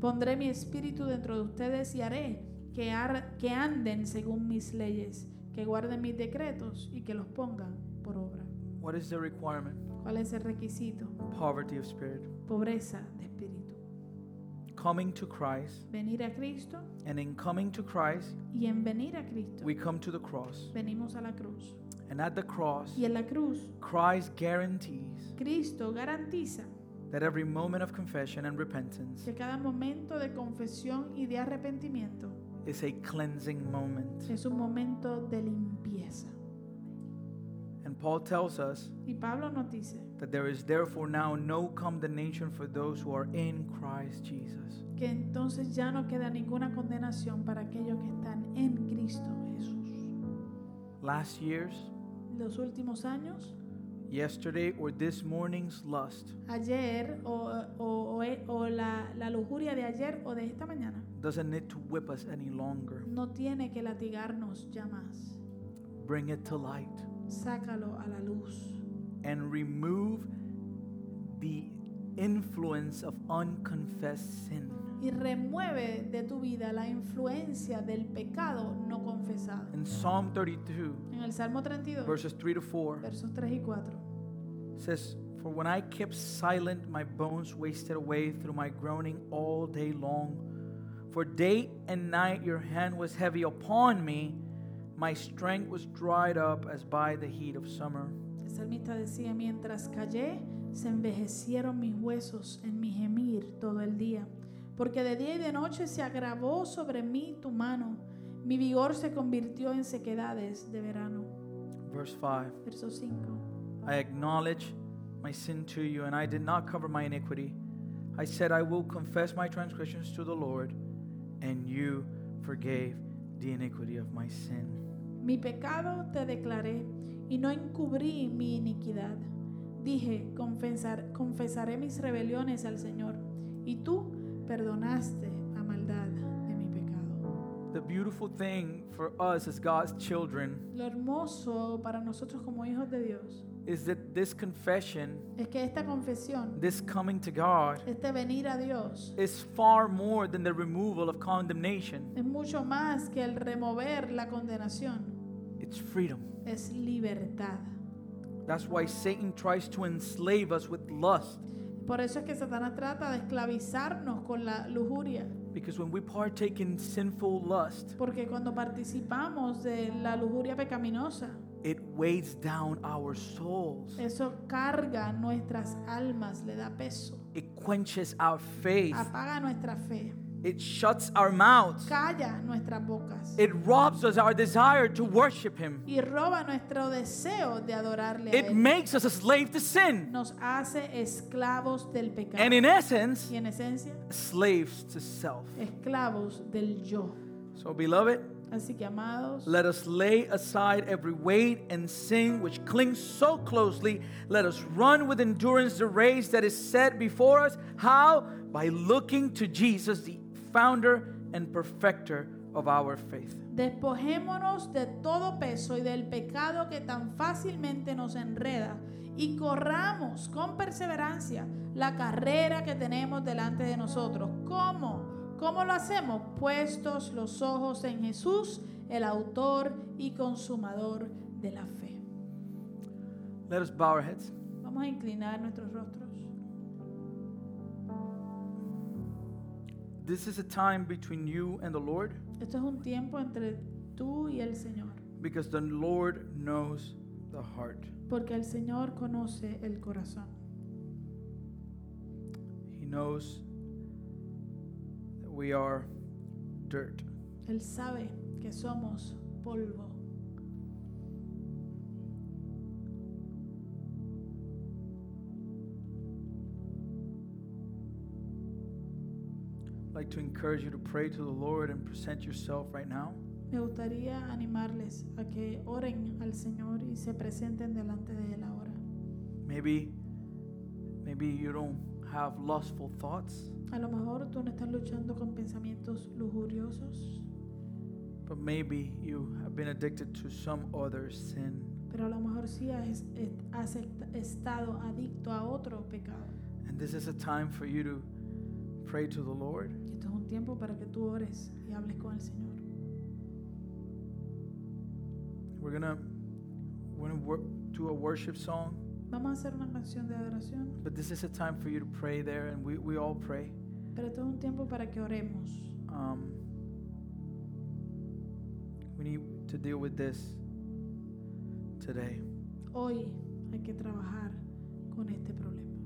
Speaker 2: Pondré mi espíritu dentro de ustedes y haré que, ar- que anden según mis leyes, que guarden mis decretos y que los pongan por obra.
Speaker 1: What is the requirement?
Speaker 2: ¿Cuál es el requisito?
Speaker 1: Poverty of spirit.
Speaker 2: Pobreza de espíritu.
Speaker 1: Coming to Christ,
Speaker 2: Venir a Cristo
Speaker 1: and in coming to Christ,
Speaker 2: y en venir a Cristo
Speaker 1: we come to the cross.
Speaker 2: venimos a la cruz.
Speaker 1: And at the cross,
Speaker 2: Y en la cruz
Speaker 1: Christ guarantees
Speaker 2: Cristo garantiza
Speaker 1: that every moment of confession and repentance
Speaker 2: que cada momento de confesión y de arrepentimiento
Speaker 1: is a cleansing moment.
Speaker 2: es un momento de limpieza.
Speaker 1: And Paul tells us
Speaker 2: Y Pablo nos dice
Speaker 1: that there is therefore now no condemnation for those who are in Christ Jesus.
Speaker 2: que entonces ya no queda ninguna condenación para aquellos que están en Cristo Jesús.
Speaker 1: Last year's,
Speaker 2: Los últimos años,
Speaker 1: yesterday, or this morning's lust
Speaker 2: ayer o, o- o e- o la, la lujuria de ayer o de esta mañana,
Speaker 1: doesn't need to whip us any longer.
Speaker 2: no tiene que latigarnos ya más.
Speaker 1: Bring it to light
Speaker 2: Sácalo a la luz
Speaker 1: and remove the influence of unconfessed sin.
Speaker 2: y remueve de tu vida la influencia del pecado no confesado.
Speaker 1: In Psalm 32,
Speaker 2: En el Salmo 32,
Speaker 1: verses 3 to 4,
Speaker 2: versos 3 y 4,
Speaker 1: says, For when I kept silent, my bones wasted away through my groaning all day long. For day and night your hand was heavy upon me, my strength was dried up as by the heat of summer.
Speaker 2: el salmista decía, mientras callé, se envejecieron mis huesos en mi gemir todo el día, porque de día y de noche se agravó sobre mí tu mano, mi vigor se convirtió en sequedades de verano.
Speaker 1: Verse 5
Speaker 2: Verso 5.
Speaker 1: I acknowledge my sin to you, and I did not cover my iniquity. I said, I will confess my transgressions to the Lord, and you forgave the iniquity of my sin.
Speaker 2: Mi pecado te declaré y no encubrí mi iniquidad. Dije, confesar, confesaré mis rebeliones al Señor y tú perdonaste la maldad de mi pecado.
Speaker 1: The beautiful thing for us as God's children
Speaker 2: Lo hermoso para nosotros como hijos de Dios
Speaker 1: is that this confession,
Speaker 2: es que esta confesión,
Speaker 1: this coming to God,
Speaker 2: este venir a Dios,
Speaker 1: is far more than the removal of condemnation.
Speaker 2: es mucho más que el remover la condenación,
Speaker 1: It's freedom.
Speaker 2: es libertad.
Speaker 1: That's why Satan tries to enslave us with lust.
Speaker 2: Por eso es que Satanás trata de esclavizarnos con la lujuria.
Speaker 1: Because when we partake in sinful lust,
Speaker 2: Porque cuando participamos de la lujuria pecaminosa,
Speaker 1: it weighs down our souls,
Speaker 2: eso carga nuestras almas, le da peso,
Speaker 1: it quenches our faith,
Speaker 2: apaga nuestra fe,
Speaker 1: it shuts our mouths,
Speaker 2: calla nuestras bocas
Speaker 1: it robs us our desire to worship Him,
Speaker 2: y roba nuestro deseo de adorarle. A
Speaker 1: it
Speaker 2: él.
Speaker 1: makes us a slave to sin,
Speaker 2: Nos hace esclavos del pecado
Speaker 1: and in essence,
Speaker 2: y en esencia
Speaker 1: slaves to self.
Speaker 2: esclavos del yo.
Speaker 1: So, beloved,
Speaker 2: Así que amados,
Speaker 1: let us lay aside every weight and sin which clings so closely. Let us run with endurance the race that is set before us. How? By looking to Jesus, the founder and perfecter of our faith.
Speaker 2: Despojémonos de todo peso y del pecado que tan fácilmente nos enreda y corramos con perseverancia la carrera que tenemos delante de nosotros. ¿Cómo? ¿Cómo lo hacemos? Puestos los ojos en Jesús, el autor y consumador de la fe.
Speaker 1: Let us bow our heads.
Speaker 2: Vamos a inclinar nuestros rostros.
Speaker 1: This is a time between you and the Lord
Speaker 2: Esto es un tiempo entre tú y el Señor,
Speaker 1: because the Lord knows the heart.
Speaker 2: porque el Señor conoce el corazón.
Speaker 1: He knows that we are dirt.
Speaker 2: Él sabe que somos polvo.
Speaker 1: I'd like to encourage you to pray to the Lord and present yourself right now.
Speaker 2: Me gustaría animarles a que oren al Señor y se presenten delante de Él ahora.
Speaker 1: Maybe maybe you don't have lustful thoughts,
Speaker 2: A lo mejor tú no estás luchando con pensamientos lujuriosos,
Speaker 1: but maybe you have been addicted to some other sin.
Speaker 2: pero a lo mejor sí has, est- has est- estado adicto a otro pecado.
Speaker 1: And this is a time for you to pray to the Lord.
Speaker 2: Y esto es un tiempo para que tú ores y hables con el Señor.
Speaker 1: We're going to we're going to wor- do a worship song,
Speaker 2: Vamos a hacer una canción de adoración,
Speaker 1: but this is a time for you to pray there and we, we all pray.
Speaker 2: pero esto es un tiempo para que oremos.
Speaker 1: Um, we need to deal with this today.
Speaker 2: Hoy hay que trabajar con este problema.